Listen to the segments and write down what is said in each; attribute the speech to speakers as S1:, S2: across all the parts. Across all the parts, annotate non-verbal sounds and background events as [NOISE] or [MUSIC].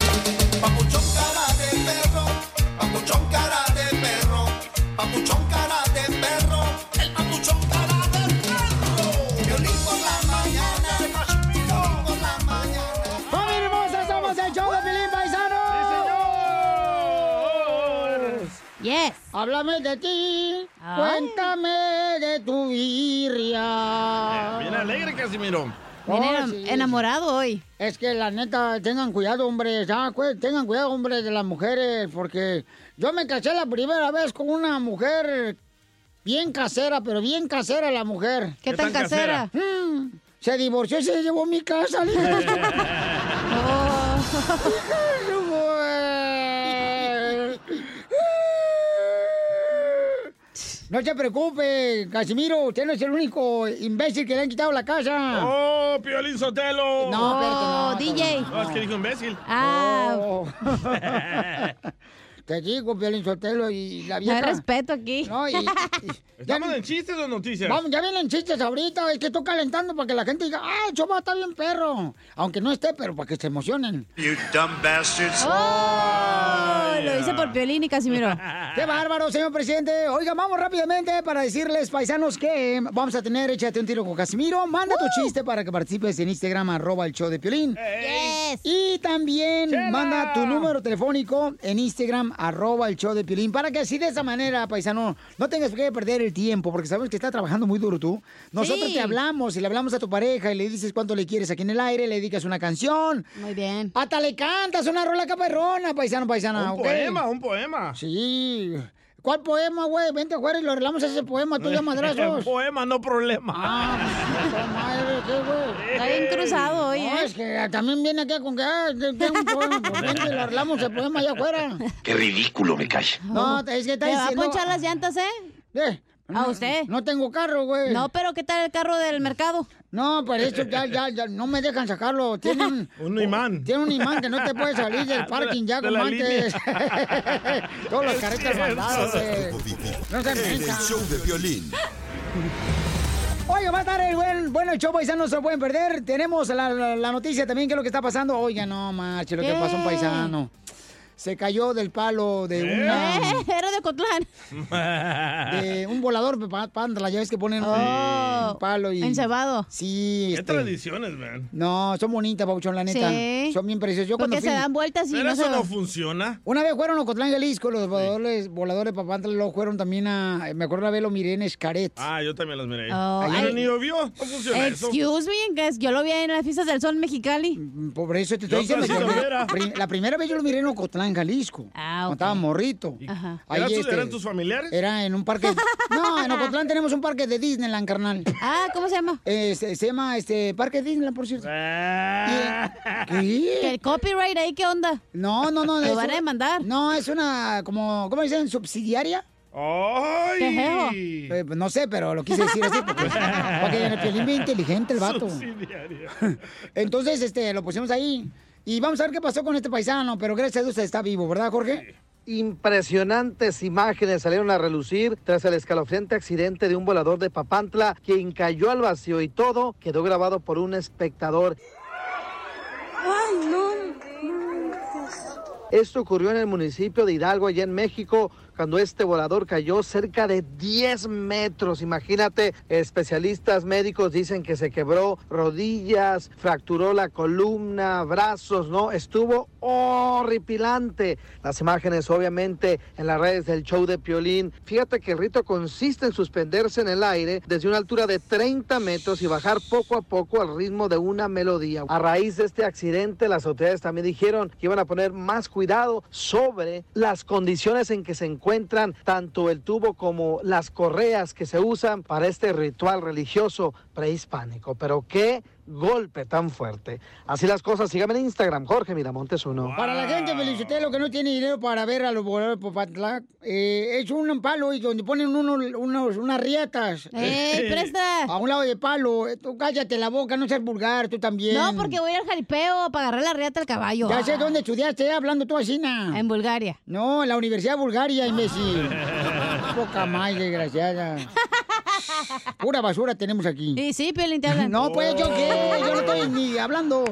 S1: Papuchón cara de perro, papuchón cara de perro, papuchón cara de perro, el papuchón cara de perro. Violín por la mañana, violín por la mañana.
S2: ¡Familia hermosa! ¡Somos el show de Pilín Paisano!
S3: Yes. Ah.
S2: Háblame de ti,
S3: Ay.
S2: cuéntame de tu
S4: Eh, Bien
S2: birria.
S4: alegre, Casimiro.
S2: Oh,
S3: Viene
S2: sí.
S3: enamorado hoy.
S2: Es que la neta, tengan cuidado, hombres. ah, cu- tengan cuidado, hombres, de las mujeres, porque yo me casé la primera vez con una mujer bien casera, pero bien casera la mujer.
S3: ¿Qué, tan casera?
S2: Mm, se divorció y se llevó mi casa. la hija de su- hija de su mujer. No se preocupe, Casimiro, usted no es el único imbécil que le han quitado la casa.
S4: ¡Oh, Piolín Sotelo!
S2: No, espérate, no,
S3: Oh,
S2: no,
S3: DJ.
S4: No, es que dijo imbécil.
S3: Ah,
S2: Oh. [LAUGHS] Te digo, Piolín Sotelo y la
S3: no hay
S2: vieja.
S3: respeto aquí.
S2: No, y- y- ya,
S4: [LAUGHS] ¿Estamos en chistes o noticias?
S2: vamos, ya vienen chistes ahorita. Es que estoy calentando para que la gente diga, ah, Chopa está bien perro. Aunque no esté, pero para que se emocionen.
S1: You dumb bastards.
S3: Oh, lo hice por Piolín y Casimiro.
S2: [LAUGHS] ¡Qué bárbaro, señor presidente! Oiga, vamos rápidamente para decirles, paisanos, que vamos a tener Échate un tiro con Casimiro. Manda tu chiste para que participes en Instagram, arroba el show de Piolín.
S3: Yes.
S2: Y también manda tu número telefónico en Instagram, arroba el show de Piolín, para que así de esa manera, paisano, no tengas que perder el tiempo, porque sabemos que está trabajando muy duro tú. Nosotros
S3: Sí.
S2: te hablamos y le hablamos a tu pareja y le dices cuánto le quieres aquí en el aire, le dedicas una canción.
S3: Muy bien. Ah,
S2: Hasta le cantas una rola caperrona, paisano, paisana.
S4: [LAUGHS] un
S2: ¿ok?
S4: poema, un poema.
S2: Sí. ¿Cuál poema, güey? Vente a jugar y lo arreglamos ese poema,
S4: [LAUGHS]
S2: tú ya madrazos.
S4: poema, no problema.
S2: ah, puta madre, qué güey.
S3: Está bien cruzado hoy,
S2: No,
S3: ¿eh?
S2: es que también viene aquí con que, ah, que- que un poema, pues [LAUGHS] vente y lo arreglamos el poema allá
S3: [LAUGHS]
S2: afuera.
S5: Qué ridículo me cae.
S2: No, es que está
S3: Te va a
S2: diciendo...
S3: ponchar las llantas, ¿eh?
S2: Eh,
S3: ¿A usted?
S2: No tengo carro, güey.
S3: No, pero ¿qué tal el carro del mercado?
S2: No, pero esto ya, ya, ya, no me dejan
S3: [LAUGHS]
S2: sacarlo. Tiene
S4: [LAUGHS]
S2: un,
S4: Un imán.
S2: tiene un imán que no te puede salir del parking ya
S4: [LAUGHS] De
S2: con
S4: la
S2: manches. [LAUGHS] Todos los
S4: Es
S2: caretas
S4: cierto.
S2: mandados, eh. güey. No se
S1: En el
S2: metan.
S1: show de violín.
S2: Oiga, va a estar el buen, bueno, el show paisano, no se lo pueden perder. Tenemos la, la- la noticia también, que es lo que está pasando. Oiga, no, marche, lo que
S3: ¿Qué?
S2: pasó un paisano. Se cayó del palo de,
S3: ¿Eh?
S2: una,
S3: [LAUGHS] Era de Cotlán.
S2: de un volador pa- panda, ya ves que ponen
S3: Oh,
S2: un palo y...
S3: Encebado.
S2: Sí,
S4: Qué
S2: este,
S4: [LAUGHS] tradiciones, man.
S2: No, son bonitas, Pauchón, la neta.
S3: Sí.
S2: Son bien preciosas. Yo cuando
S3: Porque se
S2: fui-
S3: dan vueltas y
S4: Pero
S3: no se
S4: eso no
S3: van.
S4: funciona.
S2: Una vez fueron a Ocotlán, Jalisco, los voladores, voladores papantla, luego fueron también a... Me acuerdo una vez lo miré en Escaret.
S4: Ah, yo también las miré. ahí.
S3: Oh,
S4: Ayer
S3: ay.
S4: ni llovió, no funciona eso.
S3: Excuse me, que es- yo lo vi en las fiestas del sol en Mexicali.
S2: Mm, Por eso te estoy
S4: Yo
S2: diciendo.
S4: casi
S2: yo
S4: lo
S2: lo-
S4: viera.
S2: pri- la primera vez yo lo miré en Ocotlán, Jalisco.
S3: Ah,
S2: Cuando
S3: ok.
S2: estaba morrito.
S3: Ajá.
S2: Ahí,
S4: ¿Eran, tus,
S2: este,
S4: eran tus familiares?
S2: era en un parque. No, en Ocotlán tenemos un parque de Disneyland, carnal.
S3: Ah, ¿cómo se llama?
S2: Eh, se, se llama este Parque Disneyland, por cierto.
S4: Ah.
S3: Que
S2: ¿Qué?
S3: el copyright ahí, ¿qué onda?
S2: No, no, no.
S3: Lo
S2: es
S3: van a
S2: un-
S3: demandar.
S2: No, es una, como, ¿cómo dicen? Subsidiaria.
S4: ¡Ay!
S3: ¿Qué jejo?
S2: Eh, pues no sé, pero lo quise decir así
S3: [LAUGHS]
S2: porque, porque en el Piolín bien inteligente el vato.
S4: Subsidiaria.
S2: Entonces, este, lo pusimos ahí. Y vamos a ver qué pasó con este paisano, pero gracias a Dios está vivo, ¿verdad, Jorge?
S6: Impresionantes imágenes salieron a relucir tras el escalofriante accidente de un volador de Papantla quien cayó al vacío y todo quedó grabado por un espectador. Esto ocurrió en el municipio de Hidalgo, allá en México, cuando este volador cayó cerca de 10 metros. Imagínate, especialistas médicos dicen que se quebró rodillas, fracturó la columna, brazos, ¿no? Estuvo horripilante. Las imágenes, obviamente, en las redes del show de Piolín. Fíjate que el rito consiste en suspenderse en el aire desde una altura de 30 metros y bajar poco a poco al ritmo de una melodía. A raíz de este accidente, las autoridades también dijeron que iban a poner más cuidado sobre las condiciones en que se encuentran tanto el tubo como las correas que se usan para este ritual religioso prehispánico. Pero qué golpe tan fuerte. Así las cosas, síganme en Instagram, Jorge Miramontes uno.
S2: Para la gente, Felicitelo, que no tiene dinero para ver a los voladores de Popatlán, eh, es un palo y donde ponen unos, unos- unas rietas.
S3: ¡Ey, Eh, presta!
S2: A un lado de palo. Eh, Tú cállate la boca, no seas vulgar, tú también.
S3: No, porque voy a ir al jaripeo para agarrar la riata al caballo.
S2: Ya sé dónde estudiaste, eh, hablando tú así, na.
S3: En Bulgaria.
S2: No, en la Universidad de Bulgaria,
S3: [LAUGHS]
S2: imbécil. Poca más, desgraciada. Pura basura tenemos aquí.
S3: Y sí, Piolín, te hablan.
S2: No, pues yo qué, yo no estoy ni hablando.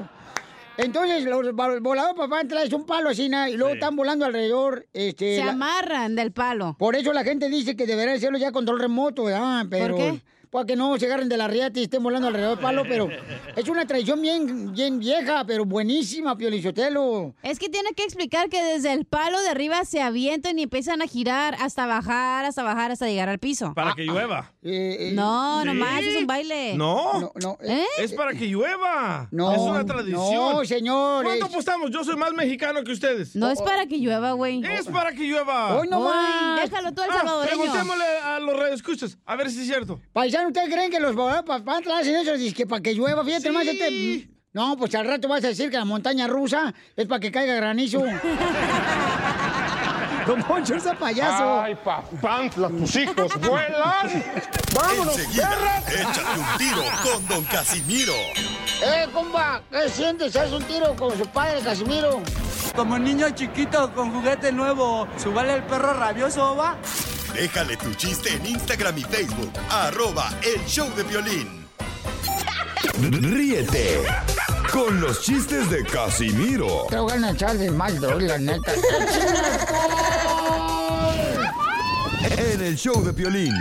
S2: Entonces, los va- voladores papá traes un palo así, na, y luego están volando alrededor, este.
S3: Se
S2: la-
S3: amarran del palo.
S2: Por eso la gente dice que deberá hacerlo ya control remoto, ¿verdad? Pero,
S3: qué?
S2: Para que no se agarren de la riata y estén volando alrededor del palo, pero es una tradición bien, bien vieja, pero buenísima, Piolizotelo.
S3: Es que tiene que explicar que desde el palo de arriba se avientan y empiezan a girar hasta bajar, hasta bajar, hasta llegar al piso.
S4: Para que llueva.
S2: Eh, eh,
S3: ah, No,
S4: ¿Sí?
S3: nomás es un baile.
S4: No,
S2: No, no, eh,
S3: ¿Eh?
S4: es para que llueva.
S2: no.
S4: es una tradición.
S2: No, señores.
S4: ¿Cuánto apostamos? Yo soy más mexicano que ustedes. Oh,
S3: No es para que llueva, güey.
S4: Es para que llueva.
S2: Hoy no
S3: Ay,
S2: más.
S3: déjalo tú al
S4: Ah,
S3: salvadoreño.
S4: preguntémosle a los radioescuchas, a ver si es cierto.
S2: Paisano, ¿ustedes creen que los voladores hacen eso? Dice que para que llueva, fíjate,
S4: Sí.
S2: nomás este- No, pues al rato vas a decir que la montaña rusa es para que caiga
S3: [LAUGHS]
S2: granizo. Don Poncho, ese payaso.
S5: papantla, tus hijos vuelan.
S1: Enseguida, échate un tiro con Don Casimiro.
S2: ¡Eh, compa! ¿Qué sientes? ¿Haz un tiro con su padre, Casimiro?
S7: Como niño chiquito con juguete nuevo, subale el perro rabioso, va.
S1: Déjale tu chiste en Instagram y Facebook. Arroba El Show de Violín.
S8: Ríete con los chistes de Casimiro
S2: Tengo ganas de echarle más de hoy, la neta.
S8: en el show de Piolín.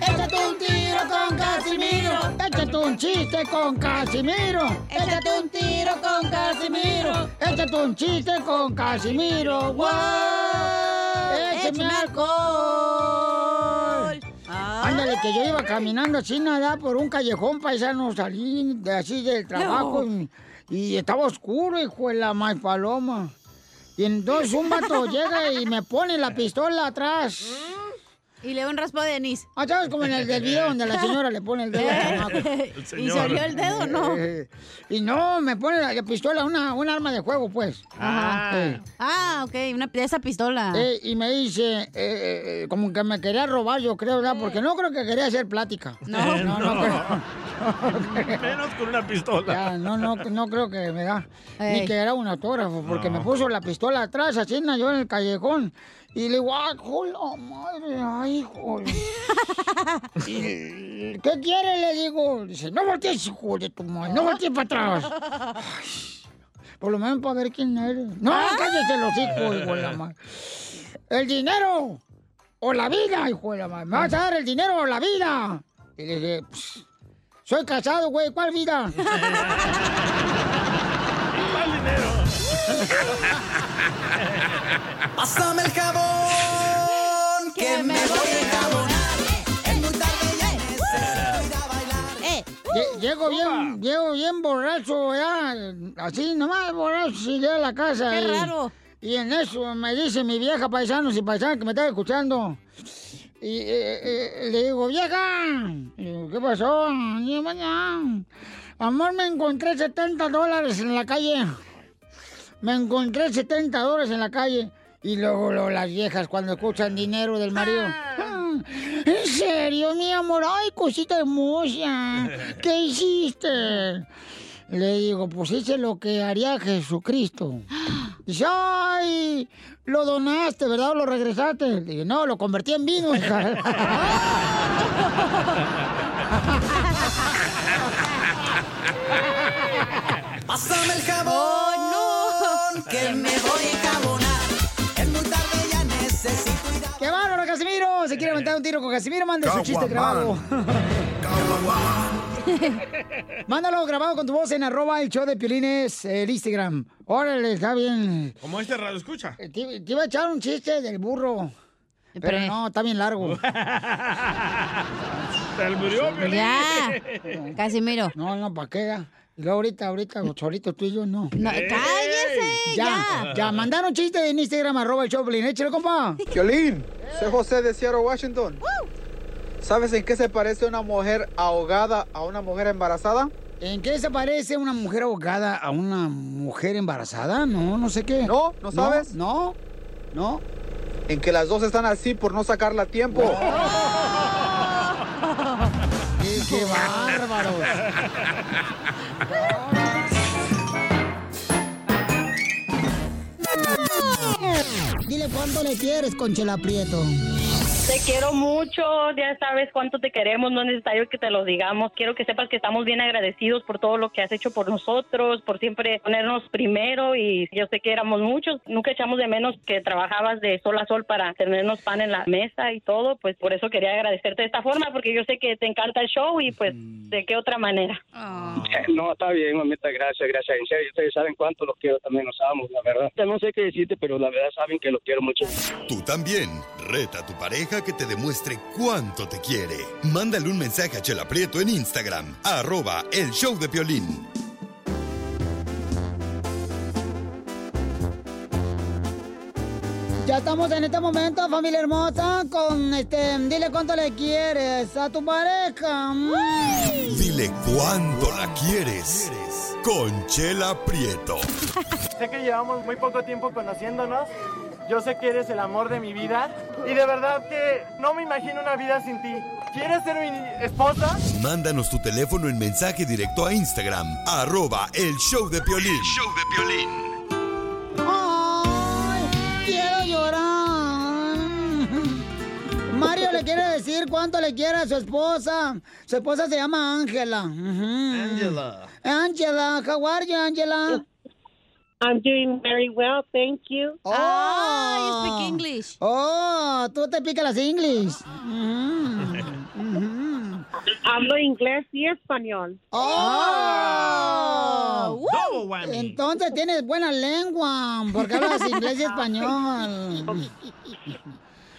S2: ¡Échate un tiro con Casimiro! ¡Échate un chiste con Casimiro! ¡Échate un tiro con Casimiro! ¡Échate un chiste con Casimiro! ¡Wow! ¡Échame
S3: ¡Échame
S2: alcohol!
S3: Ah,
S2: Ándale, que yo iba caminando así nada por un callejón paisano, salí de así del trabajo y, y estaba oscuro, hijo de la más paloma. Y entonces un vato llega y me pone la pistola atrás.
S3: Y le dio un raspo de anís.
S2: Ah, ¿sabes? Como en el del video donde la señora le pone el
S3: [LAUGHS]
S2: dedo al chamaco.
S3: ¿Y se olió el dedo no?
S2: Eh, y no, me pone la, la pistola, una, un arma de juego, pues. Eh,
S3: Ah, ok, una, de esa pistola.
S2: eh, y me dice, eh, eh, eh, como que me quería robar, yo creo, ¿verdad? Porque no creo que quería hacer plática.
S3: No.
S2: no, no, creo.
S4: Menos con una pistola.
S2: Ya, no, no, no creo que me da.
S3: Ey.
S2: Ni que era un autógrafo, porque
S4: No.
S2: me puso la pistola atrás, así na, yo en el callejón. Y le digo, ¡ay, jola, madre! ¡Ay, jola". Y, ¿Qué quiere? Le digo. Dice, no voltees, hijo de tu madre, no voltees para atrás. Ay, por lo menos para ver quién eres. ¡No, cállate los hijos, hijo de la madre! ¡El dinero! ¡O la vida, hijo de la madre! ¿Me vas a dar el dinero o la vida? Y le dije, "Pss, soy casado, güey, ¿cuál
S3: [LAUGHS]
S2: vida?
S4: Mal dinero.
S7: Pásame el jabón, que me voy a enjabonar. Es muy tarde, ya necesito ir a bailar.
S3: Eh,
S2: Lle- Llego bien, llego bien borracho, ya, así nomás borracho, llegué a la casa.
S3: qué
S2: y,
S3: raro.
S2: Y en eso me dice mi vieja paisanos y paisanas que me estaba escuchando. Y eh, eh, le digo, vieja, y digo, ¿qué pasó? Y yo, "Bueno, amor, me encontré 70 dólares en la calle. Me encontré 70 dólares en la calle. Y luego, luego las viejas cuando escuchan dinero del marido. "Ah, ¿En serio, mi amor? Ay, cosita hermosa. ¿Qué hiciste? Le digo, pues hice lo que haría Jesucristo. Dice, ay, lo donaste, ¿verdad? ¿O lo regresaste? Le dije, no, lo convertí en vino, hija.
S3: Pásame el jabón. Que me voy a [LAUGHS] enjabonar. Es muy tarde, ya necesito.
S2: ¡Qué bárbaro, Casimiro! Se quiere aventar un tiro con Casimiro, mande su chiste grabado.
S3: Caguamán.
S2: [LAUGHS] Mándalo grabado con tu voz en arroba el show de Piolines, eh, el Instagram. Órale, está bien.
S4: Como este radio escucha.
S2: Eh, Te, te iba a echar un chiste del burro. Pero eh.
S4: Espera.
S2: no, está bien largo.
S4: [LAUGHS] Se murió, Piolín.
S2: [LAUGHS] [LAUGHS] Casimiro. No, no, ¿para qué? ya? Y luego ahorita, ahorita, los choritos tú y yo, no.
S1: No, cállese,
S2: Ya,
S1: ya.
S2: ya, mandaron chiste en Instagram, arroba el show de Piolín. Échale, compa.
S6: Violín, soy José de Seattle, Washington. ¿Sabes en qué se parece una mujer ahogada a una mujer embarazada?
S2: ¿En qué se parece una mujer ahogada a una mujer embarazada? No, no sé qué. No,
S6: ¿No sabes?
S2: No, no.
S6: En que las dos están así por no sacarla a tiempo.
S2: ¡Qué, qué bárbaros! Dile cuánto le quieres, Conchela Prieto.
S9: Te quiero mucho, ya sabes cuánto te queremos, no es necesario que te lo digamos. Quiero que sepas que estamos bien agradecidos por todo lo que has hecho por nosotros, por siempre ponernos primero y yo sé que éramos muchos, nunca echamos de menos que trabajabas de sol a sol para tenernos pan en la mesa y todo, pues por eso quería agradecerte de esta forma porque yo sé que te encanta el show y pues de qué otra manera.
S10: [LAUGHS] No, está bien, mamita, gracias, gracias. En serio, ustedes saben cuánto los quiero, también los amo, la verdad. Ya no sé qué decirte, pero la verdad saben que los quiero mucho.
S8: Tú también. Reta a tu pareja que te demuestre cuánto te quiere. Mándale un mensaje a Chela Prieto en Instagram. Arroba el show de violín.
S2: Ya estamos en este momento, familia hermosa, con este. Dile cuánto le quieres a tu pareja. Mm.
S8: Dile cuánto la quieres. Con Chela Prieto.
S11: Sé que llevamos muy poco tiempo conociéndonos. Yo sé que eres el amor de mi vida. Y de verdad que no me imagino una vida sin ti. ¿Quieres ser mi esposa?
S8: Mándanos tu teléfono en mensaje directo a Instagram. Arroba el show de violín. show de violín.
S2: ¡Ay! ¡Quiero llorar! Mario le quiere decir cuánto le quiere a su esposa. Su esposa se llama Ángela. Ángela. Ángela, how are you, Ángela?
S12: I'm doing very well, thank you.
S2: Oh, you speak English. Oh, tú te picas las English.
S12: Hablo inglés y español.
S2: Oh. Entonces tienes buena lengua, porque hablas inglés y español.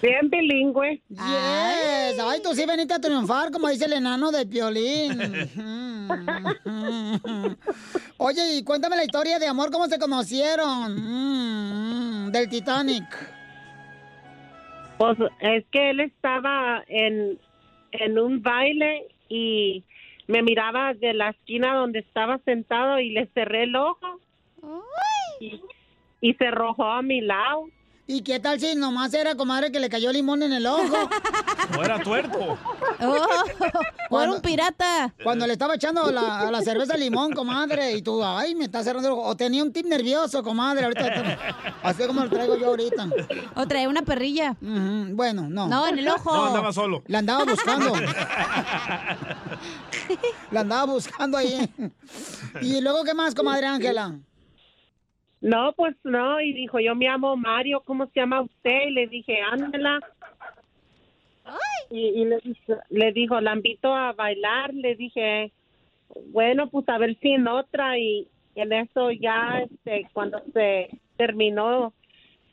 S12: Bien bilingüe.
S2: Yes. Ay, tú sí veniste a triunfar, como dice el enano de Piolín. Oye, y cuéntame la historia de amor, cómo se conocieron. Mm, mm, del Titanic.
S12: Pues es que él estaba en, en un baile y me miraba de la esquina donde estaba sentado y le cerré el ojo. Y, y se arrojó a mi lado.
S2: ¿Y qué tal si nomás era comadre que le cayó limón en el [LAUGHS] ojo?
S4: O era tuerto.
S2: o Oh, era un pirata. Cuando le estaba echando la, a la cerveza limón, comadre, y tú, ay, me está cerrando el ojo. O tenía un tip nervioso, comadre, ahorita. Así como lo traigo
S1: [LAUGHS]
S2: yo ahorita. O traía una perrilla. Bueno, no.
S1: No, en el ojo. No, andaba
S4: solo.
S2: La
S1: [LAUGHS]
S2: andaba buscando. la andaba buscando ahí. ¿eh? ¿Y luego qué más, comadre Ángela?
S12: No, pues no. Y dijo, yo me llamo Mario, ¿cómo se llama usted? Y le dije, Ángela. Y, y le, dijo- le dijo, la invito a bailar. Le dije, bueno, pues a ver si en otra. Y en eso ya, este, cuando se terminó,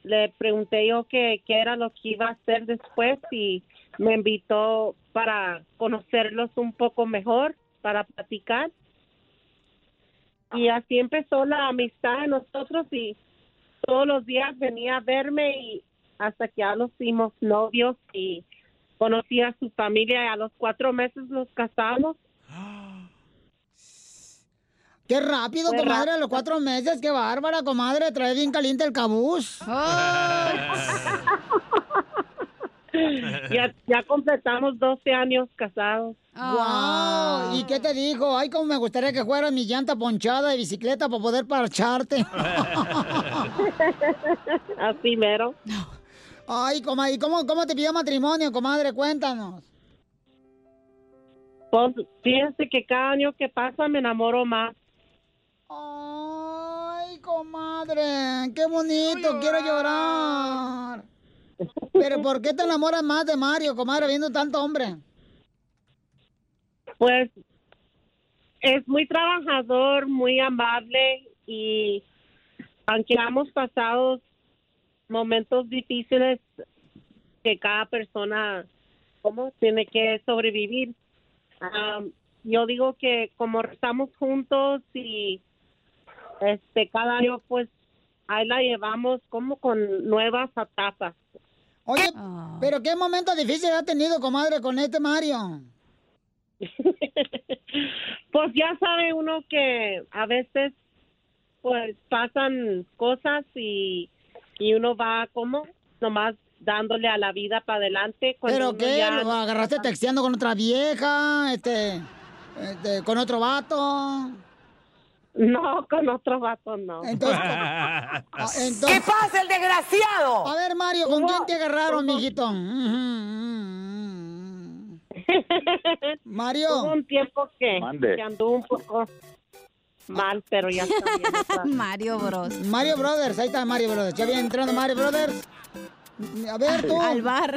S12: le pregunté yo qué, qué era lo que iba a hacer después y me invitó para conocerlos un poco mejor, para platicar. Y así empezó la amistad de nosotros y todos los días venía a verme y hasta que ya nos hicimos novios y conocí a su familia y a los cuatro meses nos casamos.
S2: Qué rápido,
S12: Fue
S2: comadre, a
S12: rápido.
S2: los cuatro meses. Qué bárbara, comadre. Trae bien caliente el cabús.
S12: [LAUGHS] Ya, ya completamos 12 años casados.
S2: ¡Wow! ¿Y qué te dijo? Ay, como me gustaría que fuera mi llanta ponchada de bicicleta para poder parcharte.
S12: [LAUGHS] Así mero.
S2: Ay, comadre, ¿y cómo, cómo te pidió matrimonio, comadre? Cuéntanos.
S12: Pues, fíjense que cada año que pasa me enamoro más.
S2: comadre, qué bonito, quiero llorar. Pero ¿por qué te enamoras más de Mario, comadre, viendo tanto hombre?
S12: Pues es muy trabajador, muy amable y aunque hemos pasado momentos difíciles que cada persona ¿cómo? tiene que sobrevivir. Am, yo digo que como estamos juntos y este cada año pues ahí la llevamos como con nuevas etapas.
S2: Oye, pero qué momento difícil ha tenido, comadre, con este Mario.
S12: pues ya sabe uno que a veces pues pasan cosas y, y uno va como nomás dándole a la vida para adelante. cuando
S2: ¿Pero
S12: Pues uno
S2: qué?
S12: ya-
S2: ¿Lo agarraste texteando con otra vieja? Este, este, ¿Con otro vato?
S12: No, con otro vato no.
S4: [LAUGHS]
S2: Entonces, ah,
S12: ¿Qué pasa, el desgraciado?
S2: A ver, Mario, ¿con
S12: Hubo-
S2: quién te agarraron,
S12: hubo-
S2: mijito? Mario.
S12: [LAUGHS] Hubo un tiempo que,
S13: Mande.
S12: que anduvo un poco mal, pero ya está bien. otra vez.
S3: Mario Bros.
S2: Mario Brothers, ahí está Mario Brothers. Ya viene entrando Mario Brothers. A ver tú.
S3: Al
S2: bar.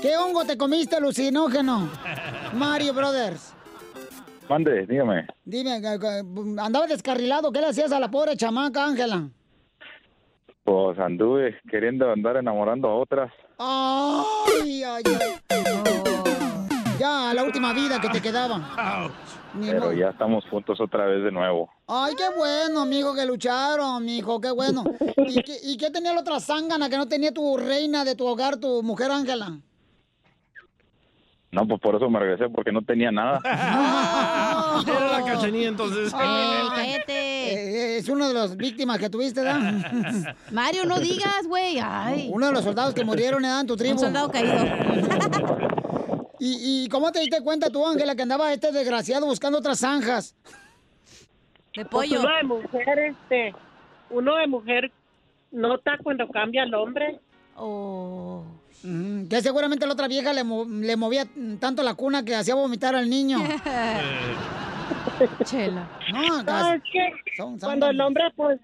S2: ¿Qué hongo te comiste, alucinógeno? Mario Brothers.
S13: Mande, dígame.
S2: Dime, eh, andaba descarrilado. ¿Qué le hacías a la pobre chamaca, Ángela?
S13: Pues anduve queriendo andar enamorando a otras.
S2: Ay, ay, ay.
S3: Oh.
S2: Ya, la última vida que te quedaba. Ni
S13: Pero
S2: modo.
S13: ya estamos juntos otra vez de nuevo.
S2: Ay, qué bueno, amigo, que lucharon, mijo, qué bueno. ¿Y qué, y qué tenía la otra zángana que no tenía tu reina de tu hogar, tu mujer Ángela?
S13: No, pues por eso me regresé, porque no tenía nada.
S2: Oh.
S4: Era la cachanilla entonces.
S2: Ay, eh, eh, Es una de las víctimas que tuviste, ¿verdad?
S3: [LAUGHS] Mario, no digas, güey. Ay.
S2: Uno de los soldados que murieron, ¿verdad? En tu tribu.
S3: Un soldado caído.
S2: [LAUGHS] ¿Y, y cómo te diste cuenta tú, Ángela, que andaba este desgraciado buscando otras zanjas?
S3: De
S12: Pues uno de mujer, este, uno de mujer nota cuando cambia el hombre.
S2: Oh. Que seguramente la otra vieja le, mo- le movía tanto la cuna que hacía vomitar al niño.
S3: [LAUGHS] Chela.
S2: No,
S12: No, es que cuando el hombre pues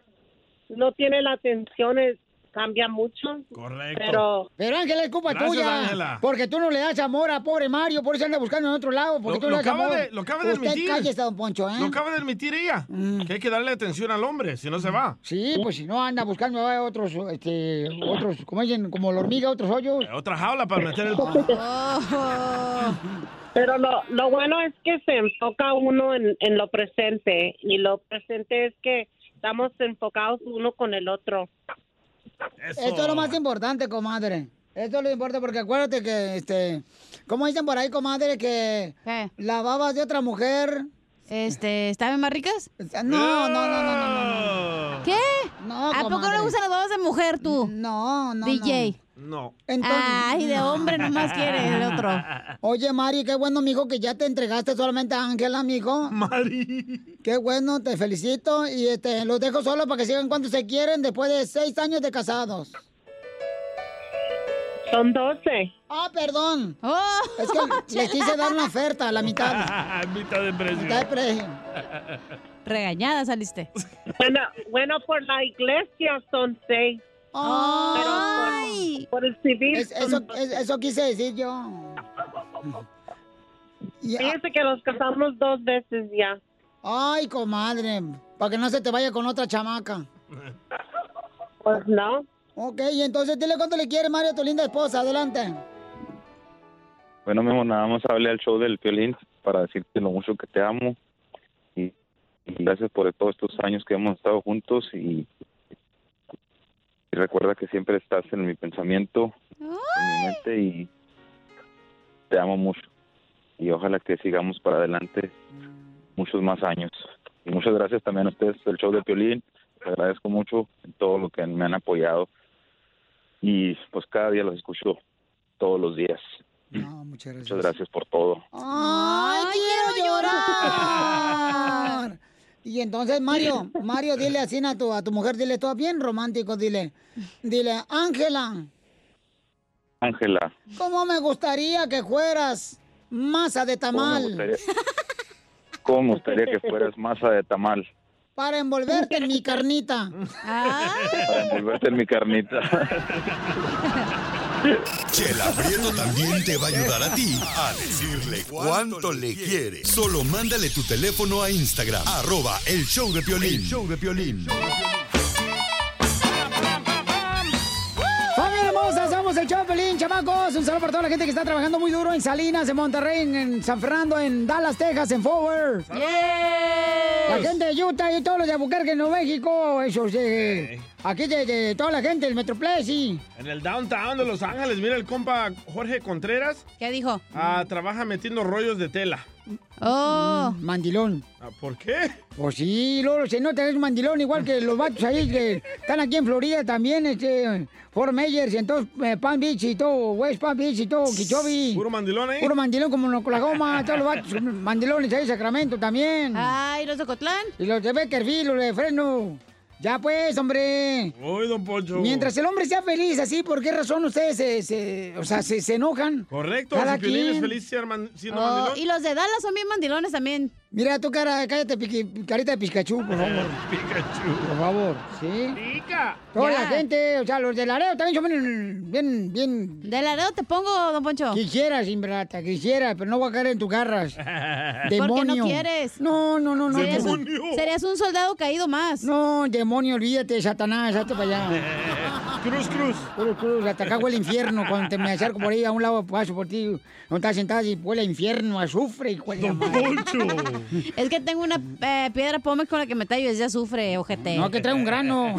S12: no tiene la atención es- cambia mucho.
S4: Correcto.
S12: Pero
S2: Pero Ángela es culpa
S4: Gracias,
S2: tuya.
S4: Ángela.
S2: Porque tú no le das amor a pobre Mario, por eso anda buscando en otro lado. Porque
S4: Lo-
S2: tú
S4: lo
S2: le das
S4: acaba
S2: amor.
S4: de- lo acaba de
S2: Usted
S4: admitir.
S2: cállese, don Poncho, ¿eh? Mm.
S4: Lo acaba de admitir ella. Que hay que darle atención al hombre, si no se va.
S2: Sí, pues si no anda buscando a otros, este, otros, como dicen, como la hormiga, otros hoyos.
S4: Otra jaula para meter el...
S2: Oh. [LAUGHS]
S12: Pero lo, lo bueno es que se enfoca uno en, en lo presente y lo presente es que estamos enfocados uno con el otro.
S2: Esto es lo más importante, comadre. Esto es lo importante porque acuérdate que, este, como dicen por ahí, comadre, que la baba de otra mujer.
S3: Este, ¿estaban más ricas?
S2: No, no, no, no, no, no.
S3: ¿Qué?
S2: No,
S3: ¿A poco
S2: comadre.
S3: no usan las babas de mujer tú?
S2: No, no.
S3: DJ.
S4: No.
S3: Ay, de hombre nomás quiere el otro.
S2: Oye, Mari, qué bueno, mijo, que ya te entregaste solamente a Ángela, mijo.
S4: Mari.
S2: Qué bueno, te felicito y este, los dejo solos para que sigan cuando se quieren después de seis años de casados.
S12: Son 12.
S2: Ah, perdón.
S3: Oh.
S2: es que le quise dar una oferta, la
S3: [LAUGHS]
S2: mitad.
S4: Mitad de precio.
S2: Mitad de precio.
S3: Regañada saliste.
S12: Bueno, bueno, por la iglesia son seis.
S2: Ay.
S12: Pero por, por el civil.
S2: Es- eso, es- eso quise decir yo.
S12: Fíjense que los casamos dos veces ya.
S2: Ay, comadre, para que no se te vaya con otra chamaca.
S12: Pues no.
S2: Ok, y entonces dile cuánto le quiere Mario a tu linda esposa, adelante.
S13: Bueno, mismo nada más hablé al show del violín para decirte lo mucho que te amo. Y y gracias por todos estos años que hemos estado juntos. Y, y recuerda que siempre estás en mi pensamiento, en mi mente. Y te amo mucho. Y ojalá que sigamos para adelante muchos más años. Y muchas gracias también a ustedes del show de Piolín. Te agradezco mucho en todo lo que me han apoyado. Y pues cada día los escucho todos los días.
S2: muchas
S13: gracias. Muchas gracias por todo.
S2: ¡Ay, quiero llorar! Y entonces, Mario, Mario, dile así a tu, a tu mujer, dile todo bien romántico, dile. Dile, Ángela,
S13: Ángela.
S2: ¿cómo me gustaría que fueras masa de
S13: ¿Cómo me
S2: tamal?
S13: gustaría, cómo me gustaría que fueras masa de tamal?
S2: para envolverte en mi carnita.
S13: Para envolverte en mi carnita. [LAUGHS]
S8: Chela Prieto también te va a ayudar a ti a decirle cuánto le quiere. Solo mándale tu teléfono a Instagram, arroba el show de Piolín. show de Piolín.
S2: ¡Familia hermosa! Somos el Chopelín, chamacos. Un saludo para toda la gente que está trabajando muy duro en Salinas, en Monterrey, en, en San Fernando, en Dallas, Texas, en Forward. La gente de Utah y todos los de Albuquerque, en Nuevo México, esos de... Aquí de, de toda la gente, el Metroplex y...
S4: En el downtown de Los Ángeles, mira el compa Jorge Contreras.
S3: ¿Qué dijo?
S4: Ah, trabaja metiendo rollos de tela.
S3: Oh.
S2: Mm, Mandilón.
S4: Ah, ¿Por qué?
S2: Pues sí, Lolo, se nota, es mandilón, igual que los vatos ahí que están aquí en Florida también, este, Fort Myers, entonces eh, Palm Beach y todo, West Palm Beach y todo, Kichobi.
S4: Puro mandilón ¿eh? ahí.
S2: Puro mandilón como en Oklahoma, todos los vatos mandilones ahí, Sacramento también.
S3: Ah, ¿y los de Cotlán?
S2: Y los de Beckerfield, los de Fresno. Ya pues, hombre.
S4: Uy, don Poncho.
S2: Mientras el hombre sea feliz así, ¿por qué razón ustedes se, se- o sea, se, se enojan?
S4: Correcto,
S2: Cada
S4: si Piolín es
S2: quien.
S4: feliz siendo man- siendo
S3: Oh,
S4: mandilón.
S3: y los de Dallas son bien mandilones también.
S2: Mira tu cara, cállate, piqui- carita de Pikachu, por favor.
S4: Pikachu.
S2: Por favor, ¿sí?
S4: Pica.
S2: Toda la gente, o sea, los de Laredo también son bien, bien, bien...
S3: ¿De Laredo te pongo, don Poncho?
S2: Quisieras, Imbrata, quisieras, pero no voy a caer en tus garras.
S3: [LAUGHS] Porque
S2: Demonio.
S3: no quieres.
S2: No, no, no, no.
S3: Serías un,
S2: Demonio.
S3: serías un soldado caído más.
S2: No, demonio, olvídate, Satanás, hazte para
S3: [LAUGHS]
S2: allá.
S4: Cruz, cruz.
S2: Cruz, cruz, hasta acá huele infierno. Cuando te me acerco por ahí, a un lado paso por ti, no estás sentada y huele a infierno, azufre y huele a madre. [LAUGHS]
S3: Es que tengo una eh, piedra pómez con la que me tallo y ya sufre, ojete.
S2: No, que trae un
S3: [LAUGHS]
S2: grano.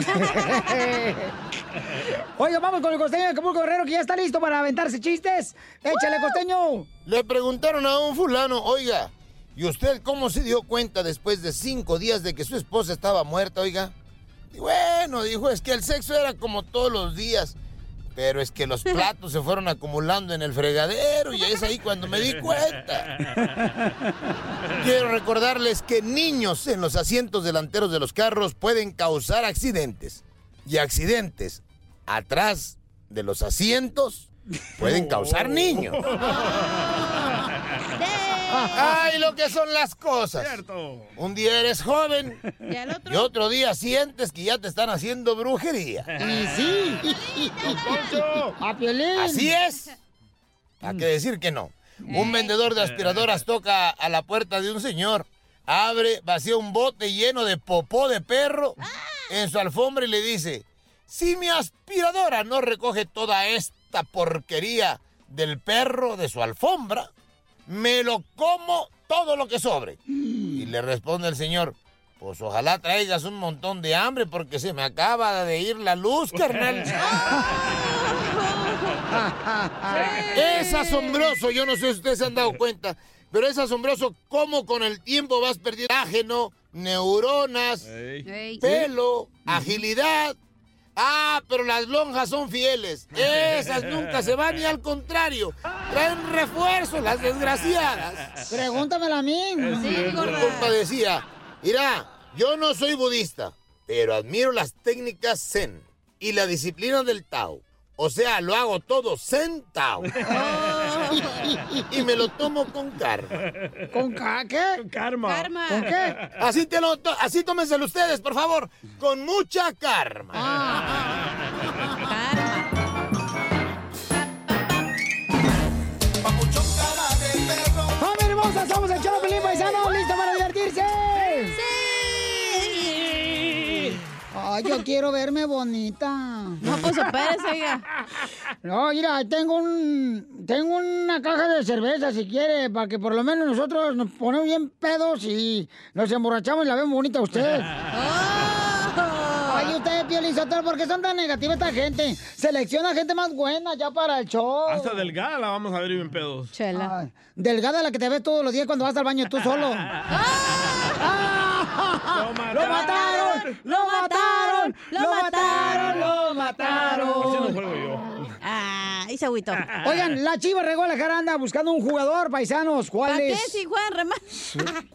S2: Oiga, vamos con el costeño de Acapulco Guerrero, que ya está listo para aventarse chistes. Échale, costeño.
S14: Le preguntaron a un fulano, oiga, ¿y usted cómo se dio cuenta después de cinco días de que su esposa estaba muerta, oiga? Y bueno, dijo, es que el sexo era como todos los días, pero es que los platos se fueron acumulando en el fregadero y es ahí cuando me di cuenta. Quiero recordarles que niños en los asientos delanteros de los carros pueden causar accidentes. Y accidentes atrás de los asientos pueden
S1: [LAUGHS]
S14: causar niños. [LAUGHS] ¡Ay, lo que son las cosas! Un día eres
S2: [LAUGHS]
S14: joven
S3: y, otro?
S14: día sientes que ya te están haciendo brujería.
S2: [LAUGHS] Y sí. A Piolín.
S14: Así es. ¿Para qué decir que no?
S2: Eh.
S14: Un vendedor de aspiradoras toca a la puerta de un señor, abre, vacía un bote lleno de popó de perro
S2: Ah.
S14: en su alfombra y le dice, si mi aspiradora no recoge toda esta porquería del perro de su alfombra, me lo como todo lo que sobre. Y le responde el señor, pues ojalá traigas un montón de hambre porque se me acaba de ir la luz, carnal. es asombroso, yo no sé si ustedes se han dado cuenta, pero es asombroso cómo con el tiempo vas perdiendo ágeno, neuronas,
S3: Ey.
S14: pelo, agilidad. Ah, pero las lonjas son fieles. Esas nunca se van y al contrario, traen refuerzos las desgraciadas.
S2: Pregúntamela a mí.
S14: Un compa decía, mira, yo no soy budista, pero admiro las técnicas zen y la disciplina del Tao. O sea, lo hago todo zen Tao. [LAUGHS] y me lo tomo con karma.
S2: ¿Con qué? Con
S4: karma.
S3: Karma.
S2: ¿Con qué?
S14: Así, te lo to- así tómenselo ustedes, por favor, con mucha karma.
S2: Ah. ¡Familia hermosa! ¡Somos el Chavo Pelín Paisano! ¡Listo para divertirse! ¡Sí! Ay, yo quiero verme bonita.
S3: No, pues espérese, oiga.
S2: No, mira, tengo un. Tengo una caja de cerveza si quiere, para que por lo menos nosotros nos ponemos bien pedos y nos emborrachamos y la vemos bonita a usted.
S3: Oh.
S2: Ay, ustedes, Piolizotero, ¿por qué son tan negativas esta gente? Selecciona gente más buena ya para el show.
S4: Hasta delgada la vamos a ver bien pedos.
S3: Chela.
S2: Delgada la que te ve todos los días cuando vas al baño tú
S4: [LAUGHS]
S2: solo. ¡Ah! ¡Lo mataron! ¡Lo mataron! ¡Lo mataron! ¡Lo
S4: Ese no
S2: mataron!
S4: juego yo.
S3: Ah, y se agüitó.
S2: [LAUGHS] Oigan, la Chiva Regolajara anda buscando un jugador, paisanos. ¿Cuál
S3: ¿Para qué
S2: es?
S3: si juegan remar?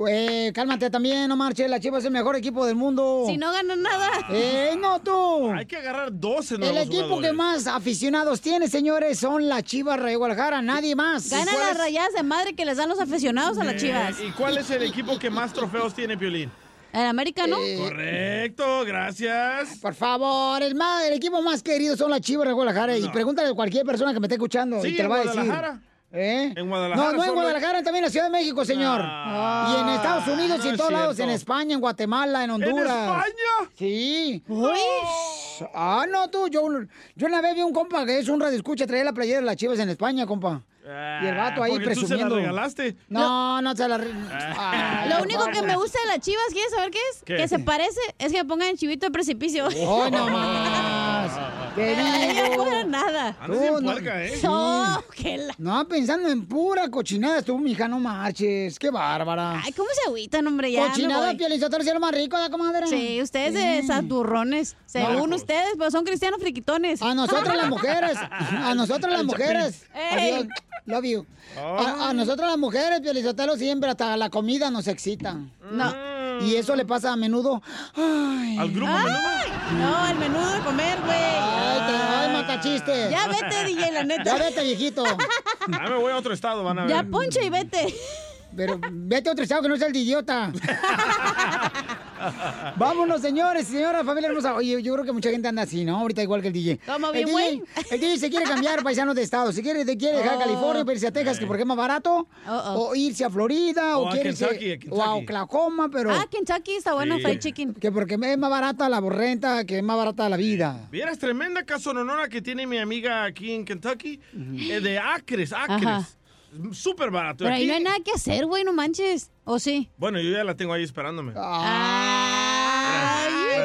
S2: Eh, cálmate también, no marches. La Chiva es el mejor equipo del mundo.
S3: Si no ganan nada.
S2: ¡Eh, no tú!
S4: Hay que agarrar 12
S2: El
S4: nuevos
S2: equipo
S4: jugadores.
S2: que más aficionados tiene, señores, son la Chivas de Guadalajara, nadie más.
S3: Ganan las rayadas de madre que les dan los aficionados a las chivas.
S4: Eh, ¿Y cuál es el equipo que más trofeos tiene, Piolín?
S3: En América, ¿no?
S4: Correcto, gracias.
S2: Por favor, el, ma- el equipo más querido son las Chivas de Guadalajara. Y pregúntale a cualquier persona que me esté escuchando
S4: Sí,
S2: y te lo
S4: en
S2: va a decir.
S4: Guadalajara.
S2: ¿Eh? En
S4: Guadalajara
S2: No, no en
S4: solo-
S2: Guadalajara, también en la Ciudad de México, señor.
S4: Ah,
S2: y en Estados Unidos y
S4: no
S2: en
S4: es
S2: todos lados, en
S4: cierto.
S2: España, en Guatemala, en Honduras.
S4: España?
S2: Sí. Ah, no, tú, yo, yo una vez vi un compa que es un radio escucha, traía la playera de las Chivas en España, compa. Y el vato ahí
S4: Ah, porque tú se la
S2: presumiendo.
S4: regalaste.
S2: No, no se la re- Ay,
S3: Lo único
S2: compa.
S3: que me gusta de las chivas, ¿quieres saber qué es?
S2: Ah, ¿Qué?
S3: Que se parece, es que me pongan chivito de precipicio. [LAUGHS]
S2: ¡Ay, no más! ¡Te
S3: Ay,
S2: digo!
S3: no era nada.
S4: Ah,
S2: Tú no-
S4: ¿eh?
S2: ¿eh? Sí.
S3: No, que la-
S2: No, pensando en pura cochinada tú, mija, no marches. ¡Qué bárbara!
S3: Ay, ¿cómo se agüitan, hombre? Ya me
S2: Cochinada,
S3: voy.
S2: pielizotero, si es lo más rico, ¿da, comadre?
S3: Sí, ustedes de santurrones. Según
S2: Nacos.
S3: ustedes, pues son cristianos friquitones.
S2: A nosotros las
S3: [LAUGHS]
S2: mujeres, a nosotros [LAUGHS] las mujeres. Adiós, love you. A, a nosotros las mujeres, Pielizotelo, siempre hasta la comida nos excita.
S3: No.
S2: Y eso le pasa a menudo. Ay.
S4: ¿Al grupo
S3: menudo? No, al menudo de comer, güey.
S2: Ay, te, ay, matachiste.
S3: Ya vete, DJ, la neta.
S2: Ya vete, viejito.
S4: Ah, me voy a otro estado, van a ver.
S2: Ya ponche y vete. Pero vete a otro estado que no sea el de idiota. Vámonos, señores, señoras, familia hermosa. Oye, yo creo que mucha gente anda así, ¿no? Ahorita igual que el DJ.
S3: Toma,
S2: el
S3: bien
S2: DJ, el DJ se quiere
S3: [LAUGHS]
S2: cambiar paisano de estado. Si quiere, te quiere dejar
S3: Oh.
S2: California para irse a Texas, que porque es más barato. O irse a Florida, o,
S3: O a
S2: quiere irse-
S3: Kentucky, a Kentucky.
S2: O a Oklahoma, pero.
S3: Ah, Kentucky está bueno,
S4: Sí.
S3: fried chicken.
S2: Que porque es más barata la borrenta, que es más barata la vida.
S4: Vieras tremenda casononona que tiene mi amiga aquí en Kentucky, eh, de Acres,
S3: Ajá.
S4: Acres. Súper barato.
S3: Pero ahí no
S4: Aquí-
S3: hay nada que hacer, güey, no manches. ¿O sí?
S4: Bueno, yo ya la tengo ahí esperándome.
S2: Ah.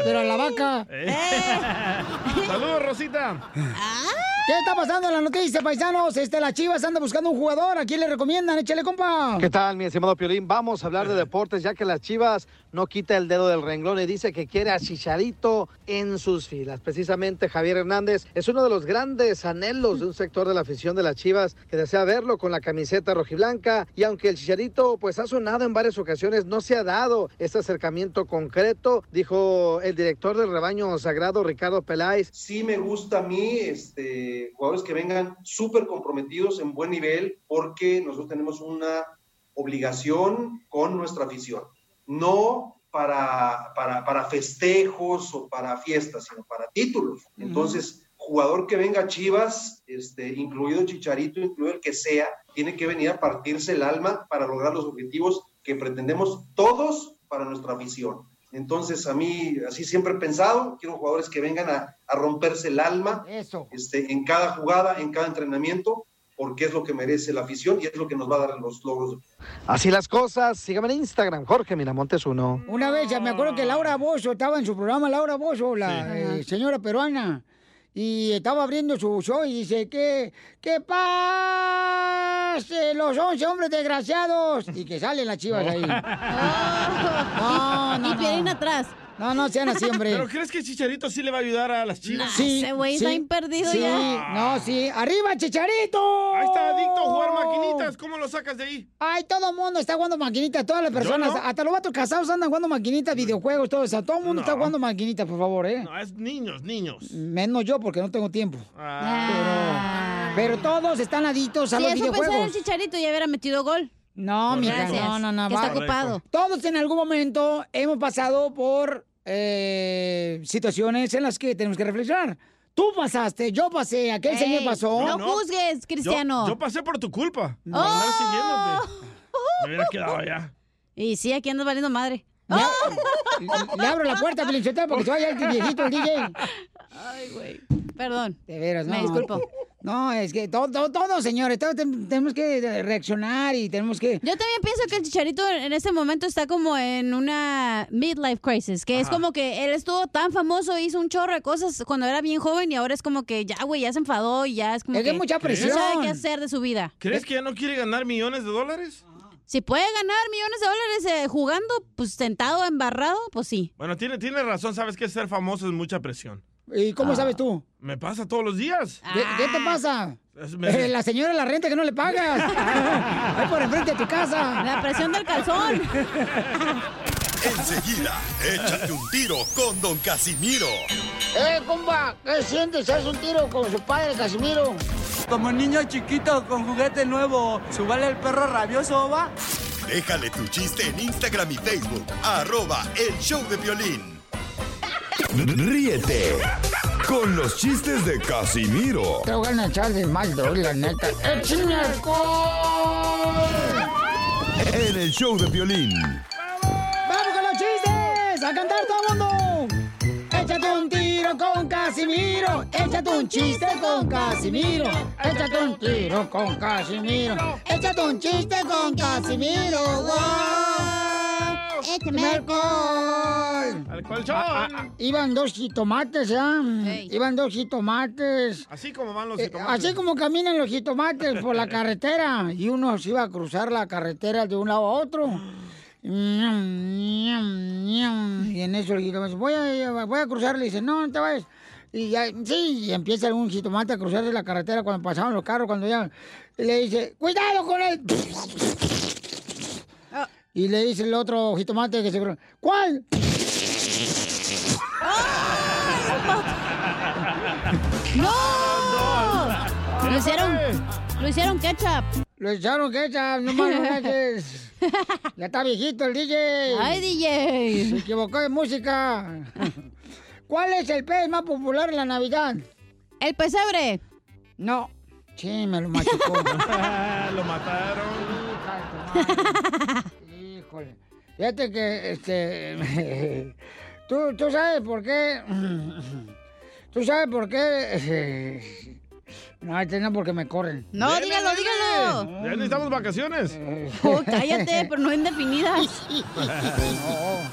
S2: Pero a la vaca.
S4: Eh.
S2: Eh.
S4: Saludos, Rosita.
S2: ¿Qué está pasando en la noticia, paisanos? Este, la Chivas anda buscando un jugador. ¿A quién le recomiendan? Échale, compa.
S6: ¿Qué tal, mi estimado Piolín? Vamos a hablar de deportes, ya que las Chivas no quita el dedo del renglón y dice que quiere a Chicharito en sus filas. Precisamente Javier Hernández es uno de los grandes anhelos de un sector de la afición de las Chivas que desea verlo con la camiseta rojiblanca. Y aunque el Chicharito pues ha sonado en varias ocasiones, no se ha dado este acercamiento concreto, dijo el director del rebaño sagrado Ricardo Peláez.
S15: Sí me gusta a mí este, jugadores que vengan súper comprometidos en buen nivel porque nosotros tenemos una obligación con nuestra afición. No para, para, para festejos o para fiestas, sino para títulos. Entonces, jugador que venga a Chivas, este, incluido Chicharito, incluido el que sea, tiene que venir a partirse el alma para lograr los objetivos que pretendemos todos para nuestra afición. Entonces, a mí, así siempre he pensado, quiero jugadores que vengan a, a romperse el alma este, en cada jugada, en cada entrenamiento, porque es lo que merece la afición y es lo que nos va a dar los logros.
S6: Así las cosas, síganme en Instagram, Jorge Miramontes 1.
S2: Una vez, ya me acuerdo que Laura Bozo estaba en su programa, Laura Bozo, la eh, señora peruana, y estaba abriendo su show y dice que, que pase los 11 hombres desgraciados y que salen las chivas
S4: [LAUGHS]
S2: ahí. No, no,
S3: y Piolín
S2: atrás. No, no sean así, hombre.
S4: ¿Pero crees que Chicharito sí le va a ayudar a las chivas?
S2: sí, sí, No, sí. ¡Arriba, Chicharito!
S4: Ahí está adicto a jugar maquinitas. ¿Cómo lo sacas de ahí?
S2: Ay, todo el mundo está jugando maquinitas, todas las personas,
S4: no.
S2: hasta los vatos casados andan jugando maquinitas, videojuegos, todo eso. Todo el mundo está jugando maquinitas, por favor, ¿eh?
S4: Mm. No, es niños, niños.
S2: Menos yo, porque no tengo tiempo.
S3: Ah.
S2: Pero, pero todos están adictos a
S3: Si
S2: los
S3: eso pensara el
S2: videojuegos.
S3: chicharito, ya hubiera metido gol.
S2: No, mija,
S3: Gracias,
S2: no, no, no.
S3: que está
S2: basta.
S3: ocupado.
S2: Todos en algún momento hemos pasado por eh, situaciones en las que tenemos que reflexionar. Tú pasaste, yo pasé, aquel
S3: Ey,
S2: señor pasó.
S3: no No, no. juzgues, Cristiano.
S4: Yo, yo pasé por tu culpa.
S2: No.
S4: Por andar siguiéndote. pues. Me hubiera quedado allá.
S3: Oh. Y sí, aquí andas valiendo madre. Oh.
S2: [LAUGHS] Le abro la puerta, Felicitero, porque se vaya el viejito, el DJ.
S4: [LAUGHS]
S3: Ay, güey. Perdón.
S2: De veras, no.
S3: Me disculpo.
S2: No, es que todo, todo, todo, señores, todo ten- tenemos que reaccionar y tenemos que...
S3: Yo también pienso que el Chicharito en este momento está como en una midlife crisis, que es
S2: Ajá.
S3: como que él estuvo tan famoso, hizo un chorro de cosas cuando era bien joven y ahora es como que ya, güey, ya se enfadó y ya es como
S4: Es que es mucha
S3: No
S4: presión.
S3: sabe qué hacer de su vida.
S4: ¿Crees que ya no quiere ganar millones de dólares?
S3: Si puede ganar millones de dólares eh, jugando, pues sentado, embarrado, pues sí.
S4: Bueno, tiene, tiene razón. Sabes que ser famoso es mucha presión.
S2: ¿Y cómo
S4: Ah.
S2: sabes tú?
S4: Me pasa todos los días.
S2: ¿Qué, qué
S3: Ah.
S2: te pasa?
S4: Es- me-
S2: Eh, la señora de la renta que no le pagas. Ahí por enfrente de tu casa.
S3: La presión del calzón.
S8: Enseguida, échate un tiro con Don Casimiro.
S2: ¡Eh, compa! ¿Qué sientes? ¿Haz un tiro con su padre, Casimiro?
S16: Como niño chiquito con juguete nuevo, ¿subale el perro rabioso va?
S8: Déjale tu chiste en Instagram y Facebook. Arroba el show de violín.
S16: Ríete con los chistes de Casimiro
S2: Te voy a echar de mal, doy, la neta. ¡Eh, ¡Échame alcohol!
S16: en el show de violín.
S2: ¡Vamos con los chistes! ¡A cantar todo el mundo! Échate un tiro con Casimiro. Échate un chiste con Casimiro. Échate un tiro con Casimiro. Échate un chiste con Casimiro. ¡Wow! ¡Échame alcohol!
S4: ¡Al colchón!
S2: Ah, ah, ah. Iban dos jitomates, ¿ya? Iban dos jitomates.
S4: Así como van los
S2: Eh,
S4: jitomates.
S2: Así como caminan los jitomates por la carretera. Y uno se iba a cruzar la carretera de un lado a otro. Y en eso el jitomate dice, voy a, voy a cruzar. Le dice, no, no te vayas. Y ya, sí, y empieza algún jitomate a cruzar la carretera cuando pasaban los carros, cuando ya... Le dice, cuidado con él. Y le dice el otro jitomate que se cru- ¿cuál?
S4: ¡Ah!
S3: ¡No!
S2: Ah.
S3: Lo hicieron, lo hicieron ketchup.
S2: Lo echaron que echa, no
S3: [LAUGHS]
S2: más no manches. Ya está viejito el DJ.
S3: Ay, DJ.
S2: Se equivocó de música. ¿Cuál es el pez más popular en la Navidad?
S3: El pesebre.
S2: No. Sí, me lo machucó.
S4: Lo mataron.
S2: Híjole. Fíjate que, este. [LAUGHS] ¿Tú, tú sabes por qué. Tú sabes por qué. [LAUGHS] No, este no, porque me corren.
S3: No, dígalo, dígalo.
S4: Ya necesitamos vacaciones.
S3: Oh, cállate, pero no indefinidas.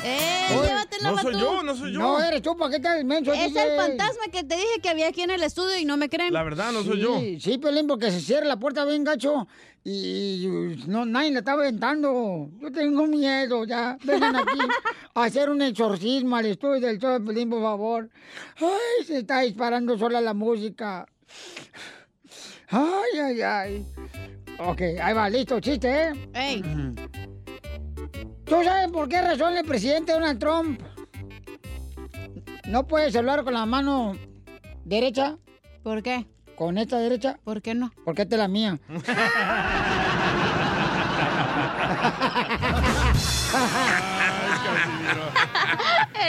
S3: ¡Eh,
S4: Oye,
S3: llévatela,
S4: no soy
S3: vato.
S4: yo, [LAUGHS] no soy yo.
S2: ah. No, eres tú, ¿para qué estás menso?
S3: Es
S2: DJ?
S3: el fantasma que te dije que había aquí en el estudio y no me creen.
S2: Sí, Sí, Pelín, porque se cierra la puerta bien gacho y, y no, nadie la está aventando. Yo tengo miedo ya. Vengan
S3: [LAUGHS]
S2: aquí a hacer un exorcismo al estudio del show de Pelín, por favor. Ay, se está disparando sola la música. Ay, ay, ay. Ok, ahí va, listo, chiste, ¿eh?
S3: Ey.
S2: ¿Tú sabes por qué razón el presidente Donald Trump no puede hablar con la mano derecha?
S3: ¿Por qué?
S2: ¿Con esta derecha?
S3: ¿Por qué no?
S2: Porque esta es la mía.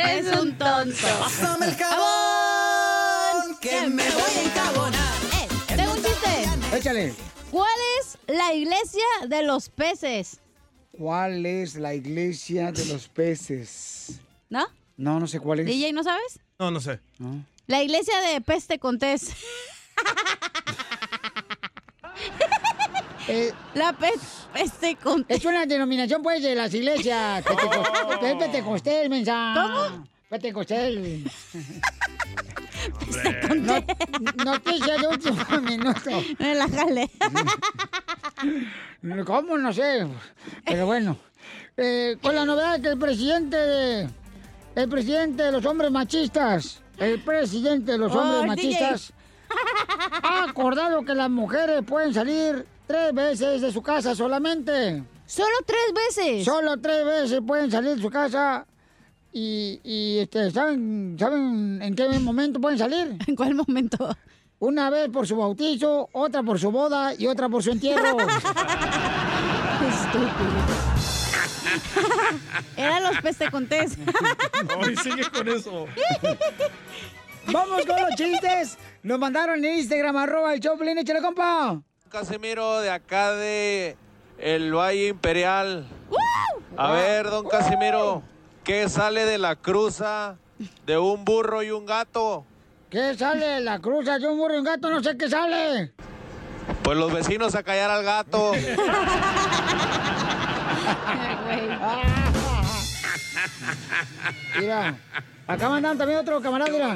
S3: Eres un tonto.
S7: Pásame el
S3: jabón,
S7: que me voy a encabonar.
S3: Eh, tengo un chiste.
S2: Échale.
S3: ¿Cuál es la iglesia de los peces?
S2: ¿Cuál es la iglesia de los peces?
S3: ¿No?
S2: No, no sé cuál es.
S3: DJ, ¿no sabes?
S4: No, no sé.
S3: La iglesia de peste con tes. la peste Este con Oh.
S2: Es una denominación, pues, de las iglesias. Penteco- Es Pentecostés, mensaje. ¿Cómo? Pentecostés. No- noticia de último minuto.
S3: Relájale.
S2: Mm. ¿Cómo? No sé. Pero bueno. Eh, con la novedad que el presidente de... El presidente de los hombres machistas. El presidente de los
S3: Oh,
S2: hombres
S3: DJ.
S2: machistas. Ha acordado que las mujeres pueden salir tres veces de su casa solamente.
S3: ¿Solo tres veces?
S2: Solo tres veces pueden salir de su casa. Y, y, este, ¿saben, ¿saben en qué momento pueden salir?
S3: [LAUGHS] ¿En cuál momento?
S2: Una vez por su bautizo, otra por su boda y otra por su
S3: [LAUGHS]
S2: entierro. [LAUGHS]
S3: Eran los peste con
S4: [LAUGHS]
S3: tes.
S4: Hoy sigue con eso.
S2: Vamos con los chistes. Nos mandaron en Instagram, arroba el Choplin, échale compa.
S10: Casimiro de acá de el Valle Imperial. A ver, don Casimiro, ¿qué sale de la cruza de un burro y un gato?
S2: ¿Qué sale? La cruz de un burro y un gato, no sé qué sale.
S10: Pues los vecinos a callar al gato.
S2: [LAUGHS] Mira, acá mandan también otro camarada. mira.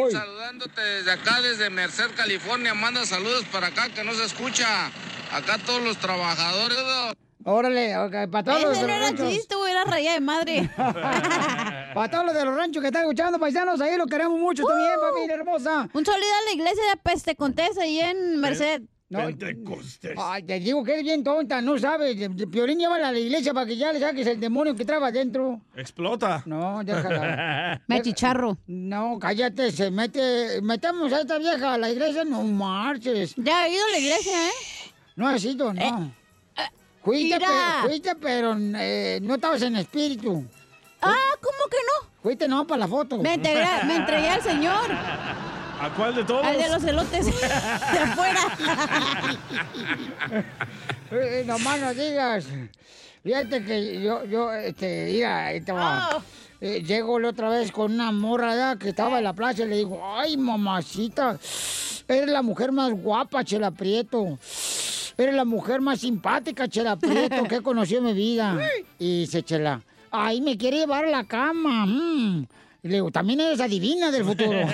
S2: Uy.
S17: [LAUGHS] saludándote desde acá, desde Merced, California. Manda saludos para acá que no se escucha. Acá todos los trabajadores.
S2: Órale, ok, para todos los
S3: Ese
S2: de
S3: no
S2: los
S3: era
S2: ranchos.
S3: chiste, güey, era raya de madre.
S2: Para todos los de los ranchos que están escuchando, paisanos, Pues ahí lo queremos mucho también, familia hermosa.
S3: Un saludo a la iglesia de peste con tes ahí en Merced.
S4: Pentecostés.
S2: Ay, te digo que eres bien tonta, no sabes. Piolín llévala a la iglesia para que ya le saques el demonio que traba dentro.
S4: Explota.
S2: No,
S4: [LAUGHS]
S2: déjala. achicharro. No, cállate, se mete. Metemos a esta vieja a la iglesia, no marches.
S3: Ya he ido a la iglesia, ¿eh?
S2: No has ido, no. Fuiste,
S3: Mira.
S2: pero, fuiste, pero eh, no estabas en espíritu. Ah, ¿cómo que no? Fuiste no para la foto.
S3: Me entregué, me entregué al señor,
S4: ¿A cuál de todos?
S3: al de los
S2: [LAUGHS]
S3: elotes [LAUGHS] de afuera.
S2: Eh, eh, nomás no digas. Fíjate que yo, yo, este, mira, ahí te va. Eh, llego la otra vez con una morra allá que estaba en la plaza y le digo, ay, mamacita, eres la mujer más guapa, Chela Prieto. Eres la mujer más simpática, Chela Prieto, que he conocido en mi vida. Y dice Chela, ay, me quiere llevar a la cama. mm". Y le digo, también eres adivina del futuro. [LAUGHS]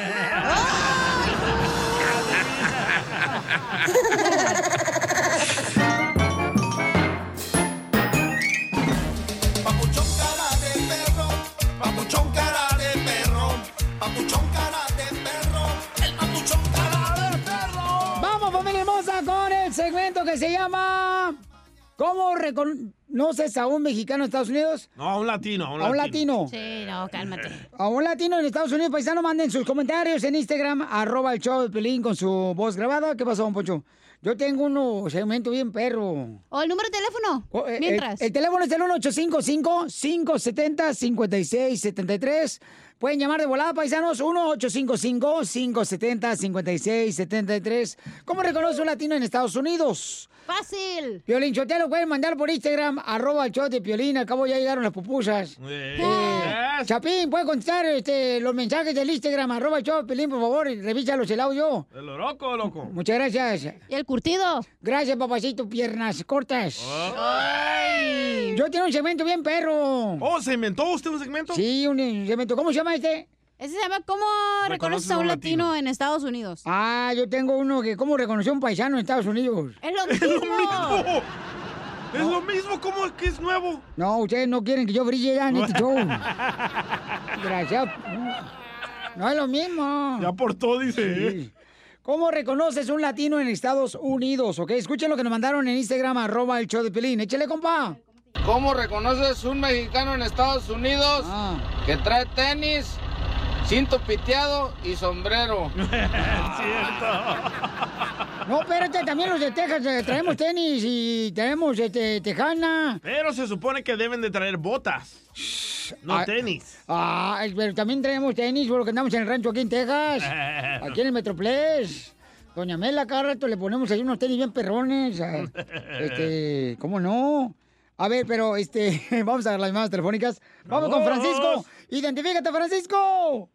S1: Papuchón cara de perro, papuchón cara de perro, el papuchón cara de perro.
S2: Vamos, familia hermosa, con el segmento que se llama ¿Cómo reconoces a un mexicano en Estados Unidos?
S4: No, a un latino, a un
S2: ¿A un latino?
S3: Sí, no,
S4: [LAUGHS]
S3: cálmate.
S2: A un latino en Estados Unidos, paisano, manden sus comentarios en Instagram, arroba el show de Pelín con su voz grabada. ¿Qué pasó, don Poncho? Yo tengo un segmento bien perro.
S3: ¿O el número de teléfono?
S2: O, eh,
S3: Mientras.
S2: El, el teléfono es el 1855-570-5673. Pueden llamar de volada, paisanos, 1855-570-5673. ¿Cómo reconoce un latino en Estados Unidos?
S3: ¡Fácil!
S2: Piolín Chotelo, pueden mandar por Instagram, arroba el show de Piolín. Al cabo ya llegaron las pupusas. Eh, Chapín, puede contestar este, los mensajes del Instagram, arroba el show de Piolín, por favor. y Revísalos el audio.
S4: ¿El oroco, loco?
S2: Muchas gracias.
S3: ¿Y el curtido?
S2: Gracias, papacito, piernas cortas. Yo tengo un segmento bien perro. ¿Oh, se inventó usted un segmento? Sí, un segmento. ¿Cómo se llama este?
S3: Ese se llama ¿Cómo reconoces a un latino? en Estados Unidos?
S2: Ah, yo tengo uno que cómo reconoció un paisano en Estados Unidos.
S3: ¡Es
S2: [LAUGHS]
S3: lo mismo!
S4: Es lo mismo, ¿cómo es que es nuevo?
S2: No, ustedes no quieren que yo brille ya en este show. Gracias. No es lo mismo. Ya aportó, dice. ¿Cómo reconoces un latino en Estados Unidos? Ok, escuchen lo que nos mandaron en Instagram, arroba el show de Pelín. Échale, compa.
S18: ¿Cómo reconoces un mexicano en Estados Unidos
S16: Ah.
S18: que trae tenis, cinto piteado y
S16: [LAUGHS]
S18: sombrero?
S17: Ah.
S2: No, espérate, también los de Texas eh,
S4: [LAUGHS]
S2: traemos tenis y tenemos este, tejana.
S4: Pero se supone que deben de traer botas. No
S2: Ah.
S4: tenis.
S2: Ah, pero también traemos tenis por lo que andamos en el rancho aquí en
S4: [LAUGHS]
S2: Texas, aquí en el Metroplex. Doña Mela, cada rato le ponemos ahí unos tenis bien perrones.
S4: [LAUGHS]
S2: ah, Este, ¿cómo no? A ver, pero este, [LAUGHS] vamos a ver las llamadas telefónicas. Vamos
S3: Oh,
S2: con Francisco.
S19: Vamos.
S2: Identifícate, Francisco.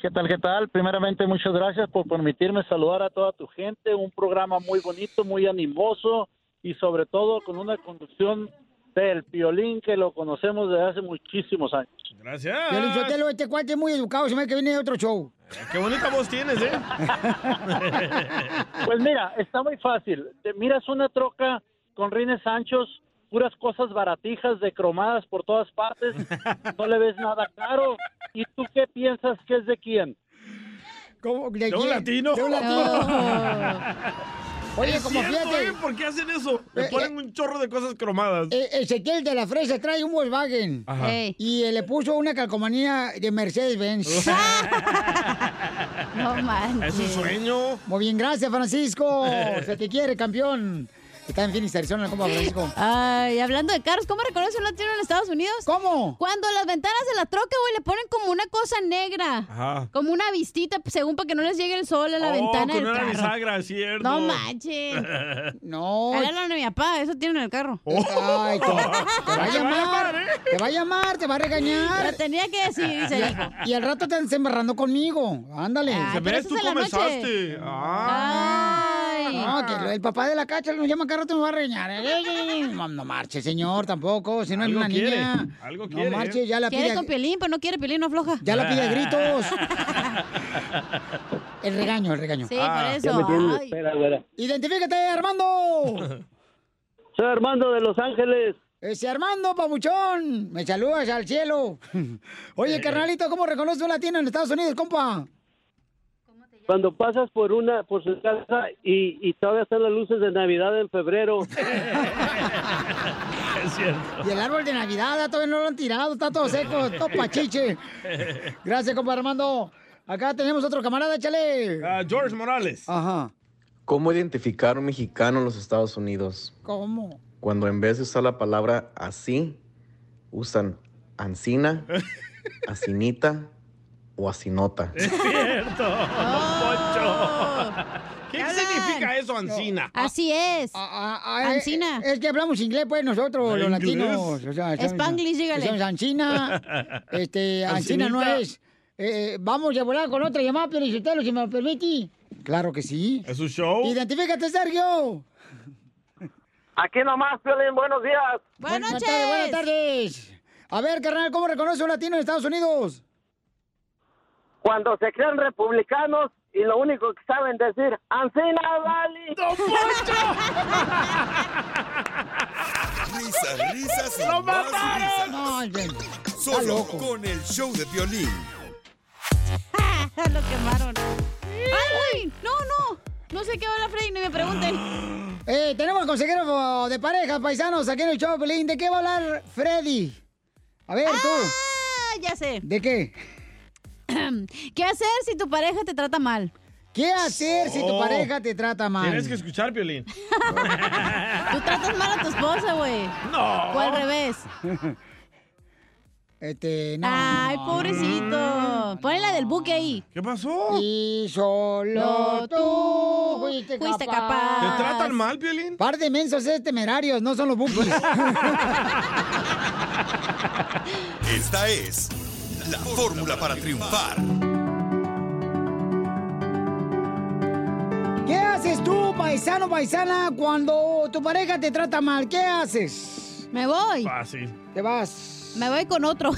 S19: ¿Qué tal, qué tal? Primeramente, muchas gracias por permitirme saludar a toda tu gente. Un programa muy bonito, muy animoso y sobre todo con una conducción del Piolín que lo conocemos desde hace muchísimos años.
S4: Gracias.
S2: Piolín
S4: [LAUGHS]
S2: Sotelo, este cuate es muy educado, se me ve que viene de otro show.
S4: Qué bonita voz tienes, ¿eh?
S19: Pues mira, está muy fácil. Te miras una troca con rines anchos, puras cosas baratijas, de cromadas por todas partes, no le ves nada caro. ¿Y tú qué piensas que es de quién?
S2: ¿Cómo? ¿De,
S4: un
S19: quién?
S4: latino.
S19: De un latino.
S2: [LAUGHS] Oye,
S4: Es
S2: como
S4: cierto,
S2: fíjate.
S4: ¿eh? ¿Por qué hacen eso? Le ponen un chorro de cosas cromadas.
S2: Eh, Ezequiel de la Fresa trae un Volkswagen
S4: Ajá. Ey.
S2: y eh, le puso una calcomanía de
S3: [LAUGHS]
S2: Mercedes-Benz.
S3: Ah, No manches.
S4: Es un
S2: [LAUGHS]
S4: sueño.
S2: Muy bien, gracias, Francisco. Se te quiere, campeón. Está en Phoenix, Arizona, compa Francisco.
S3: Ay, hablando de carros, ¿cómo reconoce un latino en Estados Unidos?
S2: ¿Cómo?
S3: Cuando las ventanas de la troca, güey, le ponen como una cosa negra.
S4: Ajá.
S3: Como una vistita, según para que no les llegue el sol a la
S4: oh,
S3: ventana
S4: con
S3: del
S4: una
S3: carro.
S4: bisagra, es cierto.
S3: No manches.
S2: No.
S3: Háblale a mi papá, eso tiene en el carro. [LAUGHS]
S2: Ay,
S4: Oh.
S2: te, te va a llamar, te va a llamar, te va a regañar.
S3: Lo tenía que
S2: [LAUGHS]
S3: decir, dice el hijo.
S2: Y, y al rato te andas embarrando conmigo. Ándale.
S3: Ah,
S4: Se ve, tú comenzaste.
S2: Ah.
S4: Ah.
S2: No, que el papá de la cacha nos llama cada rato nos va a regañar. ¿eh?
S3: [LAUGHS]
S2: Ey, ey, ey. No, no marche, señor, tampoco. Si no es
S3: Algo
S2: una
S3: quiere,
S2: niña.
S4: algo
S2: No marche, ya la
S3: quiere
S2: pide. a-
S3: con pelín, pero no quiere pelín, no afloja.
S2: Ya la pide a
S3: [LAUGHS]
S2: gritos. El regaño, el regaño.
S3: Sí, por
S11: Ah, Ya me
S3: eso.
S11: tienen en
S3: ay.
S11: espera, güera.
S2: Identifícate, Armando.
S11: [LAUGHS] Soy Armando de Los Ángeles.
S2: Ese Armando, pabuchón. Me saludas al cielo. [LAUGHS] Oye, carnalito, ¿cómo reconoce un latino en Estados Unidos,
S11: [LAUGHS]
S2: compa?
S11: Cuando pasas por una, por su casa y, y todavía están las luces de Navidad en febrero.
S4: Es cierto.
S2: Y el árbol de Navidad, ah, todavía no lo han tirado, está todo
S11: [LAUGHS]
S2: seco, todo pachiche. Gracias, compa Armando. Acá tenemos otro camarada, échale.
S11: Ah,
S4: George Morales.
S2: Ajá.
S20: ¿Cómo identificar un mexicano en los Estados Unidos?
S2: ¿Cómo?
S21: cuando en vez de usar la palabra así, usan ancina, asinita o asinota.
S4: Cierto,
S1: Oh.
S4: Don Poncho. ¿Qué significa eso, Ancina?
S2: Ah,
S3: Así es.
S2: Ancina. ah, eh, Es que hablamos inglés, pues, nosotros, los
S4: ¿Inglés?
S2: latinos. O sea, somos-
S3: Spanglish, dígale.
S2: somos
S4: [LAUGHS]
S2: Ancina. Este, Ancina no
S3: Ancinita.
S2: es. Eh, eh, vamos a volar con otra llamada, pero si usted lo- si me lo permite. Claro que sí.
S4: ¿Es un show?
S2: Identifícate, Sergio.
S22: Aquí nomás, Piolín, buenos días.
S2: Buenas noches. Buenas tardes. A ver, carnal, ¿cómo reconoce un latino en Estados Unidos?
S22: Cuando se creen republicanos y lo único que saben decir, Ancina Valley.
S8: Risas, risas y más risas. Solo con el show de violín.
S3: Lo quemaron. ¡Ay, güey! No, no. No sé qué habla Freddy, ni me pregunten.
S2: Eh, tenemos consejero de parejas, paisanos, aquí en el show, Pelín. ¿De qué va a hablar Freddy? A ver, tú.
S3: Ah, ya sé. [CLEARS THROAT]
S2: ¿De qué?
S3: ¿Qué hacer si tu pareja te trata mal?
S2: ¿Qué hacer si tu
S4: Oh.
S2: pareja te trata mal?
S4: Tienes que
S2: [LAUGHS]
S4: escuchar, Piolín.
S3: Tú tratas mal a tu esposa, güey.
S4: No.
S3: O al revés.
S2: Este, no. Mm.
S3: Ay, pobrecito. Ponle la del buque ahí.
S4: ¿Qué pasó?
S2: Y solo tú fuiste,
S3: Fuiste
S2: capaz.
S3: capaz.
S4: ¿Te tratan mal, Piolín?
S2: Par de mensos es temerarios, no son los
S4: [LAUGHS]
S2: bookies.
S8: Esta es la fórmula para triunfar.
S2: ¿Qué haces tú, paisano, paisana, cuando tu pareja te trata mal? ¿Qué haces?
S3: Me voy.
S4: Fácil.
S2: Te vas.
S3: Me voy con otro.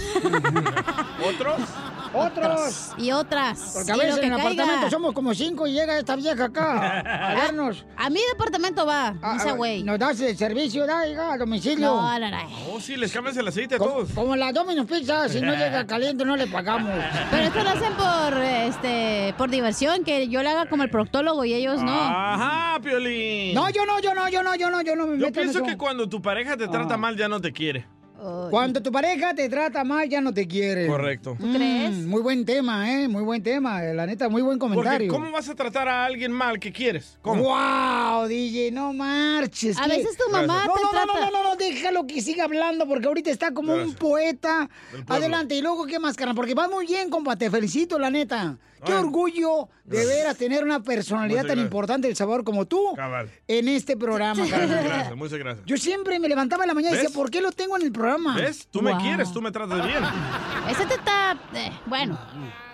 S4: ¿Otros?
S2: Otros.
S3: Y otras. [LAUGHS]
S2: Porque a
S3: Y
S2: veces
S3: lo
S2: en
S3: que
S2: el
S3: caiga.
S2: apartamento somos como cinco y llega esta vieja
S3: [LAUGHS]
S2: acá a vernos. Ah,
S3: A mi departamento va, esa güey.
S2: Nos das el servicio, da, hija, a domicilio.
S3: No, no, no.
S4: Oh, sí, les cambias el aceite a
S2: Como,
S4: todos.
S2: como la Domino's Pizza, si no
S4: [LAUGHS]
S2: llega caliente no le pagamos.
S3: [LAUGHS] Pero esto lo hacen por, este, por diversión, que yo le haga como el proctólogo y ellos no.
S4: Ajá, Piolín.
S2: No, yo no, yo no, yo no, yo no, yo no Ah. me meto
S4: Yo
S2: en
S4: pienso
S2: eso.
S4: que cuando tu pareja te trata mal ya no te quiere.
S2: Cuando tu pareja te trata mal, ya no te quiere.
S4: Correcto.
S2: Mm, muy buen tema, ¿eh? Muy buen tema. eh, La neta, muy buen
S4: Porque
S2: comentario.
S4: ¿cómo vas a tratar a alguien mal que quieres? ¿Cómo?
S2: ¡Wow, DJ! No marches.
S4: A
S2: que-
S4: veces tu mamá
S2: no,
S4: te
S2: no,
S4: trata-
S2: No, no, no, no, déjalo que siga hablando porque ahorita está como un
S4: Gracias.
S2: poeta.
S4: Del pueblo.
S2: Adelante, y luego qué más, carnal, porque vas muy bien, compa, te felicito, la neta. Qué orgullo de
S4: Gracias.
S2: veras tener una personalidad
S4: Muchas
S2: tan
S4: gracias.
S2: importante del sabor como tú
S4: Cabal.
S2: en este programa,
S4: Muchas
S2: carnal.
S4: gracias, muchas gracias.
S2: Yo siempre me levantaba en la mañana y decía,
S4: ¿Ves?
S2: ¿por qué lo tengo en el programa?
S4: ¿Ves? Tú me quieres, tú me tratas bien.
S3: Ese te está. eh, bueno.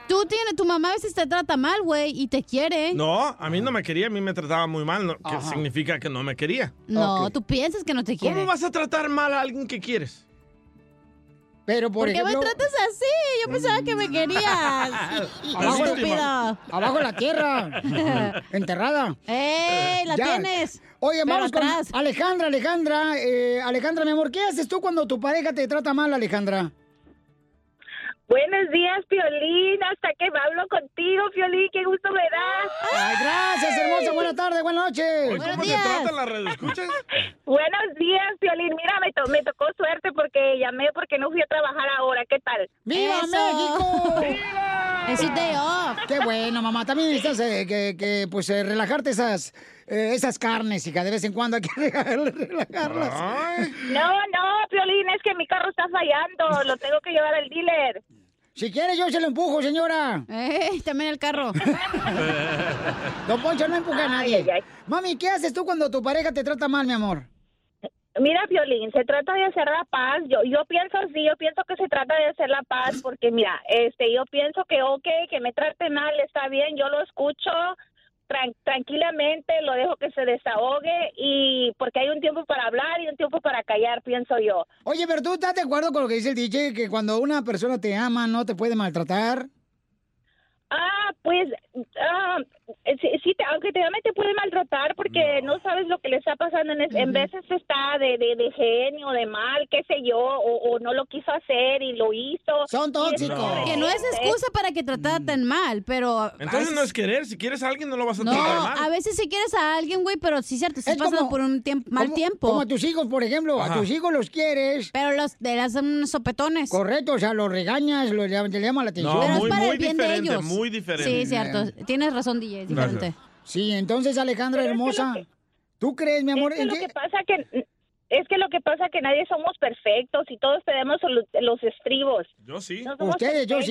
S3: Tú tienes, tu mamá a veces te trata mal, güey, y te
S2: ¿Eh?
S3: quiere.
S4: No, a mí no me quería, a mí me trataba muy mal, no- que
S3: Ajá.
S4: significa que no me quería.
S3: No, tú piensas que no te quiere.
S4: ¿Cómo vas a tratar mal a alguien que quieres?
S2: Pero por
S3: ¿Por qué me
S2: ejemplo,
S3: tratas así? Yo pensaba que
S2: [LAUGHS]
S3: me querías.
S2: abajo,
S3: Estúpido.
S2: abajo la
S3: [LAUGHS]
S2: tierra, enterrada.
S3: ¡Ey, la tienes!
S2: Oye,
S3: Pero
S2: vamos con
S3: atrás.
S2: Alejandra, Alejandra, eh, Alejandra, mi amor, ¿qué haces tú cuando tu pareja te trata mal, Alejandra?
S5: Buenos días, Piolín. Hasta que me hablo contigo, Piolín. Qué gusto me das.
S2: Ay, gracias, hermosa. Buena tarde, buenas noches.
S5: Oye, ¿cómo Buenos te días. tratan
S4: las redes? ¿Escuchas?
S5: [LAUGHS] Buenos días, Piolín. Mira, me, to- me tocó suerte porque llamé porque no fui a trabajar ahora. ¿Qué tal?
S2: ¡Viva México!
S5: Es un day off.
S2: Qué bueno, mamá. También necesitas eh, que, que, pues, eh, relajarte esas, eh, esas carnes, hija. De vez en cuando hay que [LAUGHS] regalar- relajarlas.
S5: No, no, Piolín, es que mi carro está fallando. Lo tengo que llevar al dealer.
S2: Si quiere, yo se lo empujo, señora.
S3: Eh, también el carro.
S2: [LAUGHS] Don Poncho no empuja a nadie. Mami, ¿qué haces tú cuando tu pareja te trata mal, mi amor?
S5: Mira, Violín, se trata de hacer la paz. Yo, yo pienso sí, yo pienso que se trata de hacer la paz porque mira, este, yo pienso que ok, que me trate mal, está bien, yo lo escucho tran- tranquilamente, lo dejo que se desahogue y porque hay un tiempo para hablar y un tiempo para callar, pienso yo.
S2: Oye, pero tú estás de acuerdo con lo que dice el DJ, que cuando una persona te ama no te puede maltratar.
S5: Ah, pues, ah, sí, sí, te- aunque te ame, te puede maltratar porque no, sabes lo que le está pasando. En, es- en veces está de, de, de genio, de mal, qué sé yo, o, o no lo quiso hacer y lo hizo.
S2: Son
S3: Que no es excusa para que tratara
S2: mm.
S3: tan mal, pero. a
S4: Entonces
S3: veces-
S4: no es querer, si quieres a alguien no lo vas a
S3: No,
S4: tratar mal.
S3: a veces si quieres a alguien, güey, pero sí, cierto, estás
S2: Es
S3: pasando
S2: como-
S3: por un tiemp- mal
S2: como-
S3: tiempo.
S2: como a tus hijos, por ejemplo, a Ajá. tus hijos los quieres.
S3: Pero los de las unos sopetones.
S2: Correcto, o sea, lo regañas, lo, le, le llama la atención.
S4: No, Pero es muy- para el muy bien de diferente, ellos. muy diferente.
S3: Sí, cierto. Tienes razón, DJ, es
S2: Gracias.
S3: diferente.
S2: Sí, entonces, Alejandra hermosa, ¿tú crees, mi amor?
S5: Es que
S2: en
S5: lo
S2: qué-
S5: que pasa que Es que lo que pasa que nadie somos perfectos y todos tenemos los- los estribos.
S4: Yo sí.
S5: No somos perfectos.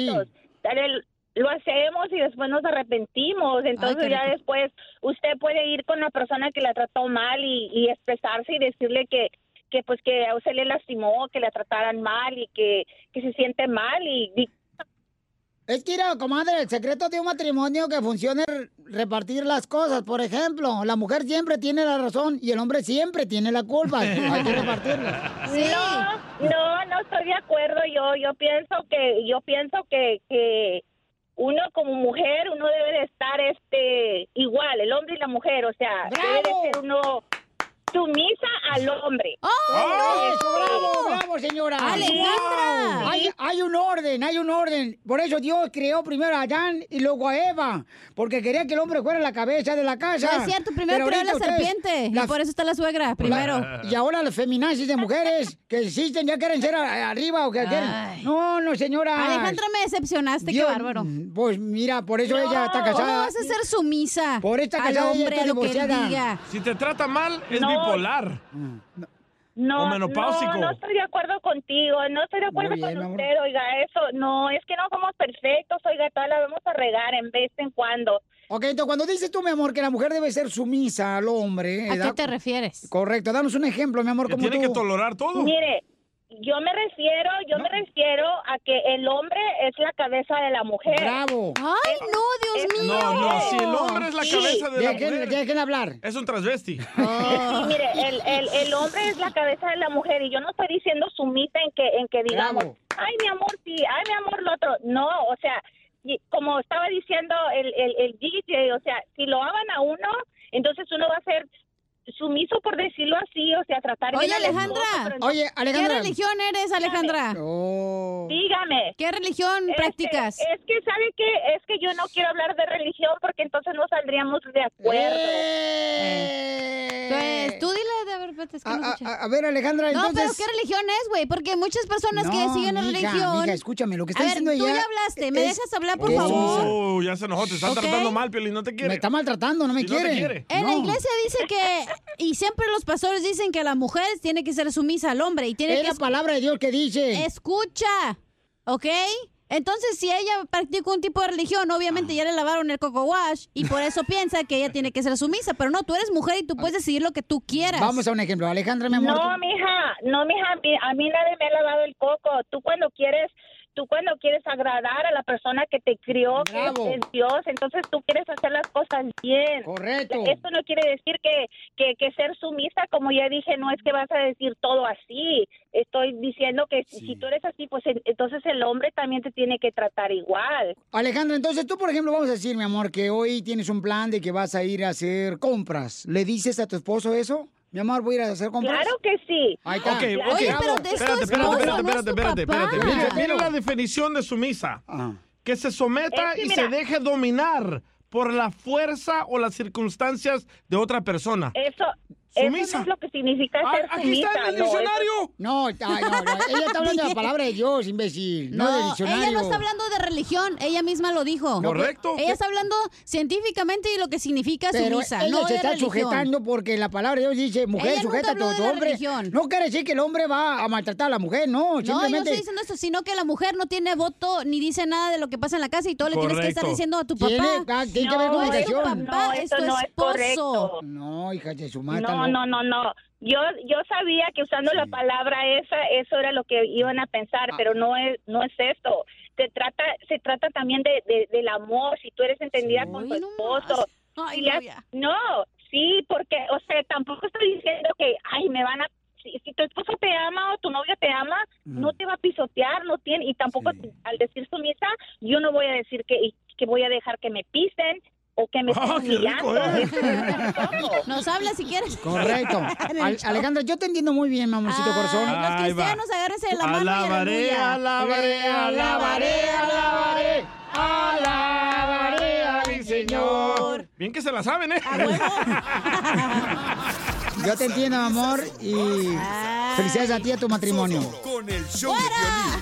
S5: Dale, lo hacemos y después nos arrepentimos. Entonces
S4: qué
S5: ya
S4: rico.
S5: después usted puede ir con la persona que la trató mal y, y expresarse y decirle que que pues que a usted le lastimó, que la trataran mal y que, que se siente mal y, y
S2: Es que, mira, comadre, el secreto de un matrimonio que funcione es repartir las cosas. Por ejemplo, la mujer siempre tiene la razón y el hombre siempre tiene la
S4: [LAUGHS]
S2: culpa. Hay que
S4: ¿Ah,
S2: repartirla.
S5: No, no, no estoy de acuerdo. Yo, yo pienso que, yo pienso que, que uno como mujer, uno debe de estar, este, igual, el hombre y la mujer, o sea, debe de ser uno sumisa al hombre.
S2: ¡Oh, eso, bravo, bravo, señora!
S5: ¡Alejandra!
S2: Wow. Hay, hay un orden, hay un orden. Por eso Dios creó primero a Adán y luego a Eva, porque quería que el hombre fuera la cabeza de la casa.
S3: No es cierto, primero creó
S2: era
S3: la serpiente, y por eso está la suegra, primero.
S2: y ahora las feminazis de mujeres que existen ya quieren ser a- arriba o que quieren... No, no, señora.
S3: Alejandra, me decepcionaste, qué
S2: Dios,
S3: bárbaro.
S2: Pues mira, por eso ella está casada.
S3: ¿Cómo vas a ser sumisa?
S2: Por esta
S3: al
S2: casada ella
S3: hombre,
S2: está
S3: lo que él
S2: divorciada. Mm.
S3: diga.
S4: Si te trata mal, es
S5: No.
S4: bipolar.
S5: No,
S4: O menopáusico.
S5: no, no estoy de acuerdo contigo, no estoy de acuerdo
S4: bien,
S5: con
S4: amor.
S5: usted, oiga, eso, no, es que no somos perfectos, oiga, todas la vamos a regar en vez en cuando.
S2: Ok, entonces cuando dices tú, mi amor, que la mujer debe ser sumisa al hombre...
S5: ¿A qué
S2: te refieres? Correcto, danos un ejemplo, mi amor, como tú...
S5: Mire, yo me refiero, yo me refiero a que el hombre es la cabeza de la mujer.
S2: ¡Bravo!
S3: ¡Ay, no, Dios
S4: mío! No, no, si el hombre es la cabeza de la Dejen- mujer.
S2: Dejen hablar. Ah.
S4: Es un
S5: [LAUGHS]
S4: transvesti.
S3: [LAUGHS]
S5: Sí, mire, el, el, el hombre es la cabeza de la mujer y yo no estoy diciendo sumita en que en que digamos,
S4: Bravo.
S5: ay mi amor sí, ay mi amor lo otro, no, o sea, y como estaba diciendo el, el, el DJ, o sea, si lo aman a uno, entonces uno va a ser sumiso por decirlo así, o sea, tratar
S3: Oye,
S5: bien al esposo,
S3: Alejandra.
S5: pero entonces-
S3: Oye, Alejandra. Oh. ¿Qué religión eres, Alejandra?
S5: Dígame.
S3: ¿Qué religión
S5: Este,
S3: practicas?
S5: Es que, ¿sabe qué? Es que yo no quiero hablar de religión porque entonces no saldríamos de acuerdo.
S3: Pues tú dile de haber es que no
S2: Eh, A,
S3: escuché.
S2: a- a ver, Alejandra,
S3: No, pero
S2: entonces...
S3: ¿qué religión es, güey? Porque muchas personas
S2: No,
S3: que siguen la
S2: mija,
S3: religión...
S2: mija, escúchame, lo que
S3: a
S2: está
S3: ver,
S2: diciendo
S3: tú
S2: ella
S3: ya hablaste, ¿me
S2: es-
S3: dejas hablar, por
S2: es
S3: favor?
S4: Oh, ya se enojó, te están
S3: Ok.
S4: tratando mal, Piolín, no te quiere.
S2: Me está maltratando, no me
S4: Si no te
S2: quiere.
S4: quiere.
S3: En la
S4: No.
S3: iglesia dice que, y siempre los pastores dicen que la mujer tiene que ser sumisa al hombre y tiene
S2: Es
S3: que...
S2: la palabra de Dios que dice.
S3: Escucha, ¿ok? Entonces, si ella practica un tipo de religión, obviamente ya le lavaron el coco wash y por eso piensa que ella tiene que ser sumisa. Pero no, tú eres mujer y tú puedes decidir lo que tú quieras.
S2: Vamos a un ejemplo. Alejandra, mi amor.
S5: No,
S2: tú-
S5: mija, no, mija, a mí- a mí nadie me ha lavado el coco. Tú cuando quieres, tú cuando quieres agradar a la persona que te crió, que es,
S3: Bravo.
S5: es Dios, entonces tú quieres hacer las cosas bien.
S2: Correcto.
S5: Esto no quiere decir que, que, que ser sumisa, como ya dije, no es que vas a decir todo así. Estoy diciendo que si- si tú eres así, pues en- entonces el hombre también te tiene que tratar igual.
S2: Alejandra, entonces tú, por ejemplo, vamos a decir, mi amor, que hoy tienes un plan de que vas a ir a hacer compras. ¿Le dices a tu esposo eso? Mi amor, voy a ir a hacer compras.
S5: Claro que sí.
S2: Ahí está.
S4: Ok, ok. espérate, espérate, espérate, espérate, espérate, espérate. Mira, mira la definición de sumisa.
S2: Ah.
S4: Que se someta
S2: Es que
S4: y
S2: mira-
S4: se deje dominar por la fuerza o las circunstancias de otra persona.
S5: Eso,
S4: Sumisa.
S5: Eh, eso no es lo que significa ser
S4: Ah, aquí está en
S5: sumisa,
S4: el
S5: no, eso-
S4: diccionario.
S2: No, ay, no, no, ella está hablando de
S3: [LAUGHS]
S2: la palabra de Dios, imbécil. No, del diccionario.
S3: ella no está hablando de religión, ella misma lo dijo.
S2: No, Correcto.
S3: Ella está hablando científicamente y lo que significa
S2: Pero
S3: sumisa,
S2: ella
S3: no
S2: se
S3: de
S2: está
S3: religión.
S2: sujetando porque la palabra de Dios dice, mujer,
S3: Ella nunca
S2: sujeta a tu
S3: habló de
S2: tu
S3: la
S2: hombre.
S3: religión.
S2: No quiere decir que el hombre va a maltratar a la mujer, no.
S3: No, yo no
S2: Simplemente...
S3: estoy diciendo eso, sino que la mujer no tiene voto ni dice nada de lo que pasa en la casa y todo le tienes que estar
S2: Correcto.
S3: diciendo a tu papá.
S2: Tiene- ah, tiene que haber
S3: No, es tu
S2: comunicación.
S3: papá,
S2: No,
S3: es
S2: eso
S3: tu
S2: no es
S3: esposo.
S2: No, hija de su madre.
S5: No, no, no, no. Yo, yo sabía que usando la palabra esa, eso era lo que iban a pensar,
S3: Ah.
S5: pero no es, no es esto. Se trata, se trata también de, de- del amor. Si tú eres entendida con tu esposo,
S3: Ay,
S5: si
S3: no,
S5: has-
S3: ya.
S5: no, sí, porque, o sea, tampoco estoy diciendo que, ay, me van a si, si tu esposo te ama o tu novia te ama,
S3: Mm.
S5: no te va a pisotear, no tiene, y tampoco al decir su misa, yo no voy a decir que, que voy a dejar que me pisen o que me
S3: Ah, qué
S5: estén
S3: rico,
S5: humillando.
S3: ¿eh?
S5: Eso no es
S3: [LAUGHS]
S5: tampoco.
S3: Nos habla si quieres.
S2: Correcto. Al- Alejandra, yo te entiendo muy bien, mamorcito
S3: Ay,
S2: corazón.
S3: los Ahí cristianos, va. agárrense de la mano y Alabaré, aleluya. alabaré, alabaré,
S2: alabaré, alabaré a mi
S4: Señor. Bien que se la saben, ¿eh? [LAUGHS]
S2: Yo te entiendo, mi amor, y felicidades a ti y a tu matrimonio.
S8: Con el show de Piolín.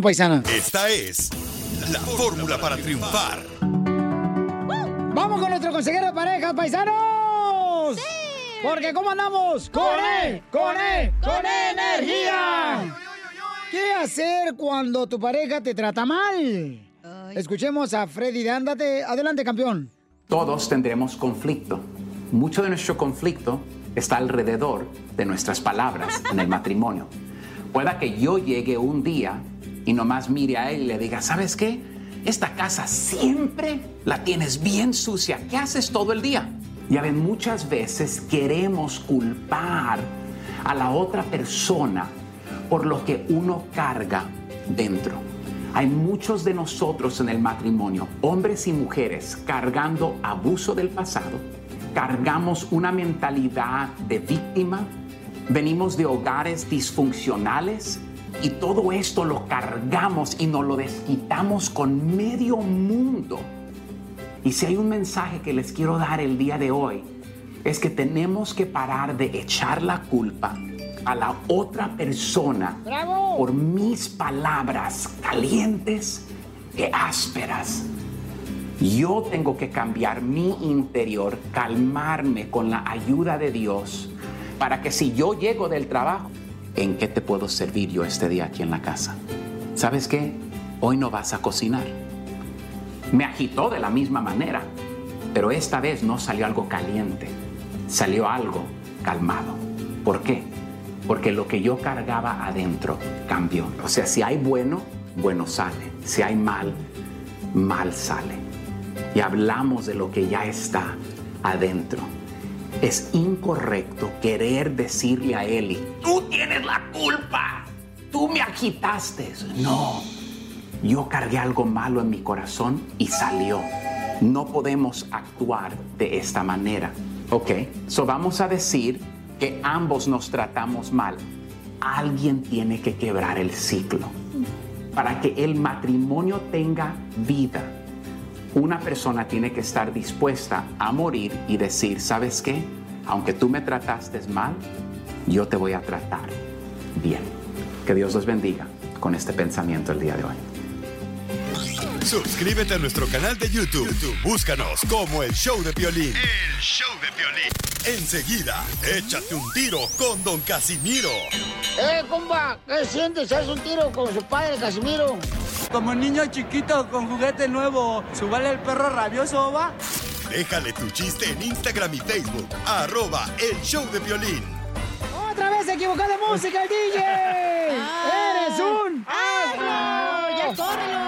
S2: paisana.
S8: Esta es la fórmula para triunfar.
S2: Vamos con nuestro consejero de pareja, paisanos. Porque ¿cómo andamos? Con él, con él, con E energía. ¿Qué hacer cuando tu pareja te trata mal? Escuchemos a Freddy de Ándate. Adelante, campeón.
S23: Todos tendremos conflicto. Mucho de nuestro conflicto está alrededor de nuestras palabras en el matrimonio. Pueda que yo llegue un día y nomás mire a él y le diga, ¿sabes qué? Esta casa siempre la tienes bien sucia. ¿Qué haces todo el día? Ya ven, muchas veces queremos culpar a la otra persona por lo que uno carga dentro. Hay muchos de nosotros en el matrimonio, hombres y mujeres, cargando abuso del pasado, cargamos una mentalidad de víctima, venimos de hogares disfuncionales y todo esto lo cargamos y nos lo desquitamos con medio mundo. Y si hay un mensaje que les quiero dar el día de hoy, es que tenemos que parar de echar la culpa a la otra persona por mis palabras calientes y ásperas. Yo tengo que cambiar mi interior, calmarme con la ayuda de Dios, para que si yo llego del trabajo, ¿en qué te puedo servir yo este día aquí en la casa? ¿Sabes qué? Hoy no vas a cocinar. Me agitó de la misma manera, pero esta vez no salió algo caliente, salió algo calmado. ¿Por qué? Porque lo que yo cargaba adentro cambió. O sea, si hay bueno, bueno sale. Si hay mal, mal sale. Y hablamos de lo que ya está adentro. Es incorrecto querer decirle a Eli, tú tienes la culpa, tú me agitaste. [LAUGHS] No, yo cargué algo malo en mi corazón y salió. No podemos actuar de esta manera. Ok, so vamos a decir que ambos nos tratamos mal. Alguien tiene que quebrar el ciclo. Para que el matrimonio tenga vida, una persona tiene que estar dispuesta a morir y decir, ¿sabes qué? Aunque tú me trataste mal, yo te voy a tratar bien. Que Dios los bendiga con este pensamiento el día de hoy.
S8: Suscríbete a nuestro canal de YouTube. YouTube, Búscanos como el show de violín. El show de violín. Enseguida, échate un tiro con don Casimiro.
S2: ¡Eh, compa! ¿Qué sientes? ¿Haz un tiro con su padre, Casimiro?
S12: Como niño chiquito con juguete nuevo, subale el perro rabioso, va.
S8: Déjale tu chiste en Instagram y Facebook. Arroba el show de violín.
S2: ¡Otra vez se equivocó de música el DJ! ¡Eres un asno!
S1: córrelo!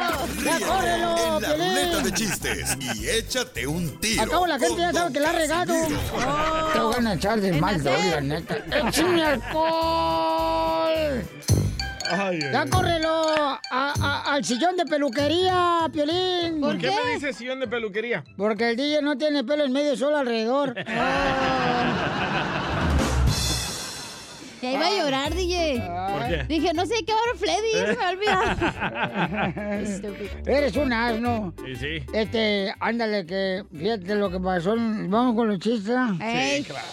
S2: ¡Ya córrelo,
S8: La ruleta
S2: Piolín!
S8: de chistes y échate un tiro.
S2: Al cabo la gente ya sabe que la ha regado. Te van a echar de mal, la neta. ¡Échame alcohol! ya córrelo a- a- al sillón de peluquería, Piolín.
S4: Mm. ¿Por qué me dice sillón de peluquería?
S2: Porque el DJ no tiene pelo en medio, solo
S4: [LAUGHS]
S2: alrededor.
S3: Ya iba a llorar, DJ.
S2: Ah. ¿Por qué?
S3: Dije, no sé qué va a Freddy, se me ha
S2: [LAUGHS]
S3: olvidado.
S2: Eres un asno.
S4: Sí, sí.
S2: Este, ándale, que fíjate lo que pasó. en- Vamos con los chistes. ¿ah? Eh.
S4: Sí, claro.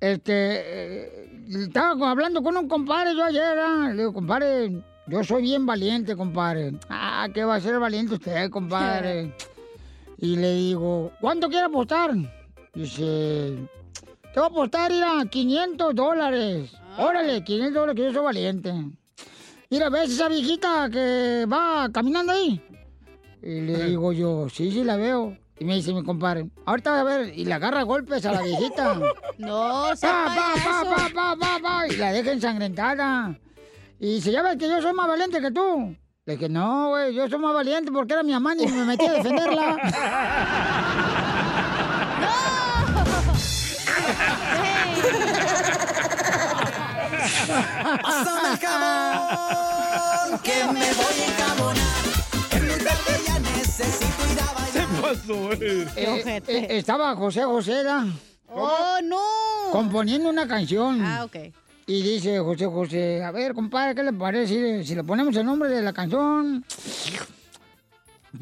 S2: Este, eh, estaba co- hablando con un compadre yo ayer. ah, Le digo, compadre, yo soy bien valiente, compadre. Ah, ¿qué va a ser valiente usted, compadre? Y le digo, ¿cuánto quiere apostar? Dice, te voy a apostar, mira, 500 dólares.
S3: Ah.
S2: Órale, 500 dólares, que yo soy valiente. Mira, ¿ves esa viejita que va caminando ahí? Y le digo yo, sí, sí, la veo. Y me dice mi compadre, ahorita vas a ver, y le agarra golpes a la viejita.
S3: [LAUGHS] No,
S2: sea pa, pa, pa, pa, pa, Y la deja ensangrentada. Y dice, ya ves que yo soy más valiente que tú. Le dije, no, güey, yo soy más valiente porque era mi amante y
S3: [LAUGHS]
S2: me metí a [LAUGHS] defenderla.
S7: Pásame el jabón, que me voy a encabonar. Es muy tarde, ya necesito ir a bailar.
S2: Eh, eh, estaba José José, ¿da?
S3: ¡Oh, no!
S2: Componiendo una canción.
S3: Ah, ok.
S2: Y dice José José, a ver, compadre, ¿qué le parece si le ponemos el nombre de la canción?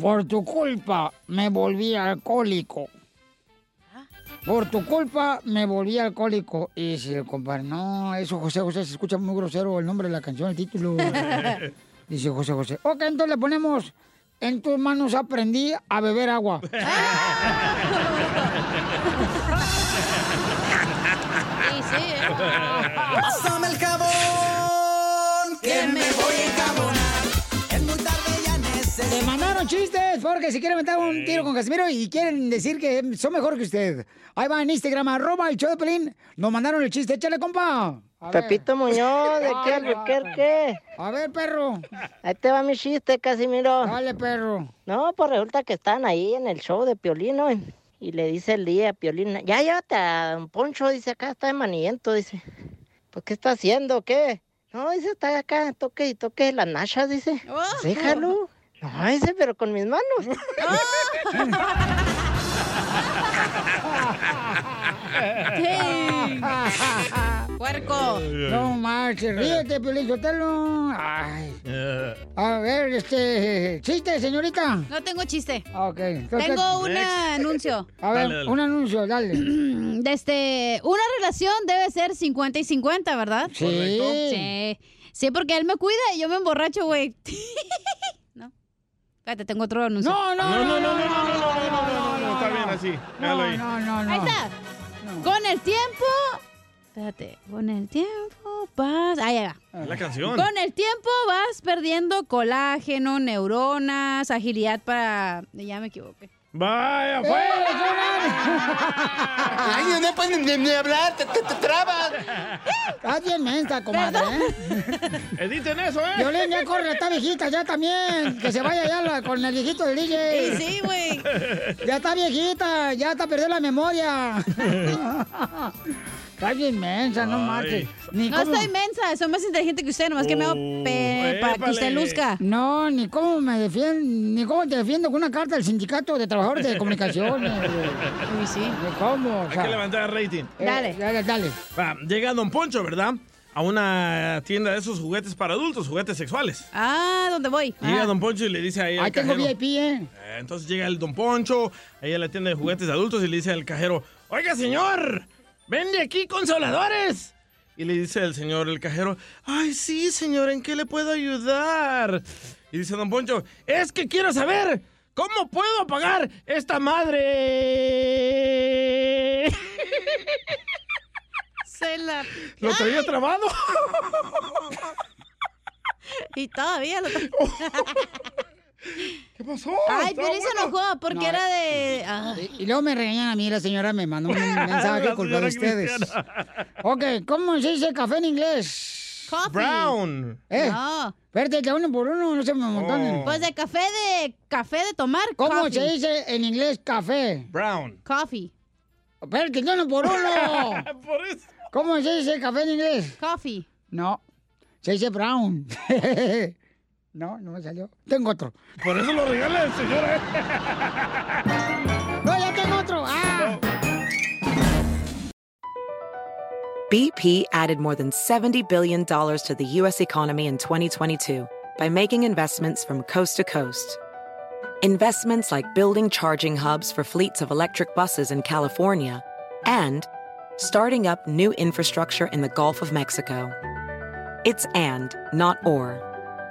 S2: Por tu culpa me volví alcohólico. Por tu culpa me volví alcohólico. Y dice el compadre, no, eso José José se escucha muy grosero el nombre de la canción, el título.
S4: eh.
S2: dice José José, ok, entonces le ponemos, en tus manos aprendí a beber agua.
S7: Sí, sí, Pásame el jabón, que me voy a encabonar. Es muy tarde, ya necesito.
S2: Le mandaron chistes porque si quieren meter un tiro con Casimiro y quieren decir que son mejor que usted. Ahí va en Instagram, arroba el show de Pelín. Nos mandaron el chiste, échale, compa.
S13: Pepito Muñoz, de aquí
S2: qué
S13: Albuquerque.
S2: A ver, perro.
S13: Ahí te va mi chiste, Casimiro.
S2: Dale, perro.
S13: No, pues resulta que están ahí en el show de Piolín, ¿no? Y le dice el día a Piolín, ya llévate a Don Poncho, dice, acá está de maniento, dice. ¿Pues qué está haciendo, qué? No, dice, está acá, toque y toque las nachas, dice. Pues, Déjalo.
S2: ¡Oh!
S13: No, dice, pero con mis manos.
S2: [LAUGHS]
S3: ¡Puerco!
S2: No marches, ríete, Piolín Sotelo. Ay.
S3: Eh.
S2: A ver, este. ¿Chiste, señorita?
S3: No tengo chiste.
S2: Ok.
S3: Tengo un anuncio.
S2: A ver, un anuncio, dale.
S3: [CLEARS THROAT] de este, una relación debe ser 50 y 50, ¿verdad?
S2: Sí. Correcto.
S3: Sí, Sí, porque él me cuida y yo me emborracho, güey. [LAUGHS] no. Espérate, tengo otro anuncio.
S2: No,
S4: No, no, no, no, no, no, no, no, no, no, no, está bien así. Déjalo ahí.
S3: Ahí está. Con el tiempo. Espérate, con el tiempo vas. Ahí va.
S4: La canción.
S3: Con el tiempo vas perdiendo colágeno, neuronas, agilidad para. Ya me equivoqué.
S4: Vaya, pues.
S3: fue,
S7: Ay, no pueden ni, ni hablar, te, te, te trabas.
S2: Estás Ah, bien mensa, comadre, ¿eh?
S4: Editen eso, ¿eh?
S2: Violín, ya corre, está viejita, ya también. Que se vaya ya la- con el viejito del DJ.
S3: Y sí, güey.
S2: Ya está viejita, ya está perdiendo la memoria. Está bien mensa, no
S3: Ay.
S2: marches.
S3: No estoy mensa, soy más inteligente que usted, nomás que me
S4: Oh.
S3: hago pe- para que usted luzca.
S2: No, ni cómo me defiendo, ni cómo te defiendo con una carta del sindicato de trabajadores
S4: [LAUGHS]
S2: de comunicaciones.
S3: Uy, sí.
S2: ¿Cómo? O
S4: Hay
S2: sea,
S4: que levantar el rating.
S2: eh, dale, dale.
S4: Va, llega Don Poncho, ¿verdad? A una tienda de esos juguetes para adultos, juguetes sexuales.
S3: Ah, ¿dónde voy?
S4: Llega
S3: Ah.
S4: Don Poncho y le dice ahí al
S2: Ahí tengo
S4: cajero-
S2: VIP, [LAUGHS] ¿eh?
S4: Eh, Entonces llega el Don Poncho ahí a la tienda de juguetes de adultos y le dice al cajero, oiga señor, vende aquí [LAUGHS] consoladores. Y le dice el señor, el cajero, ay sí señor, ¿en qué le puedo ayudar? Y dice Don Poncho, es que quiero saber, ¿cómo puedo pagar esta madre?
S3: Se la...
S4: Lo traía trabado.
S3: Y todavía
S2: [LAUGHS]
S3: lo tra-
S4: ¿Qué pasó?
S3: Ay,
S2: Estaba
S3: pero se
S2: bueno.
S3: enojó porque
S2: No,
S3: era de... ah.
S2: Y luego me regañan a mí, la señora me
S4: [LAUGHS]
S2: mandó un mensaje
S4: La
S2: culpa de
S4: señora
S2: ustedes. Ok, ¿cómo se dice café en inglés?
S3: Coffee.
S4: Brown.
S2: ¿Eh?
S3: No,
S2: Espérate, que uno por uno, no se me amontonen.
S3: Pues de café de café de tomar.
S2: Oh. ¿Cómo
S3: coffee.
S2: se dice Eh, en inglés café?
S4: Brown.
S3: Coffee.
S2: Espérate, que uno
S4: [LAUGHS]
S2: por
S3: [LAUGHS]
S2: uno.
S4: Por eso.
S2: ¿Cómo se dice café en inglés?
S3: Coffee.
S2: No, se dice brown. [LAUGHS] no, no me salió. Tengo otro.
S4: Por eso lo regala el señor. ¿eh?
S2: No, ya tengo otro. Ah.
S24: BP added more than $70 billion to the U.S. economy in 2022 by making investments from coast to coast. Investments like building charging hubs for fleets of electric buses in California and starting up new infrastructure in the Gulf of Mexico. It's and, not or.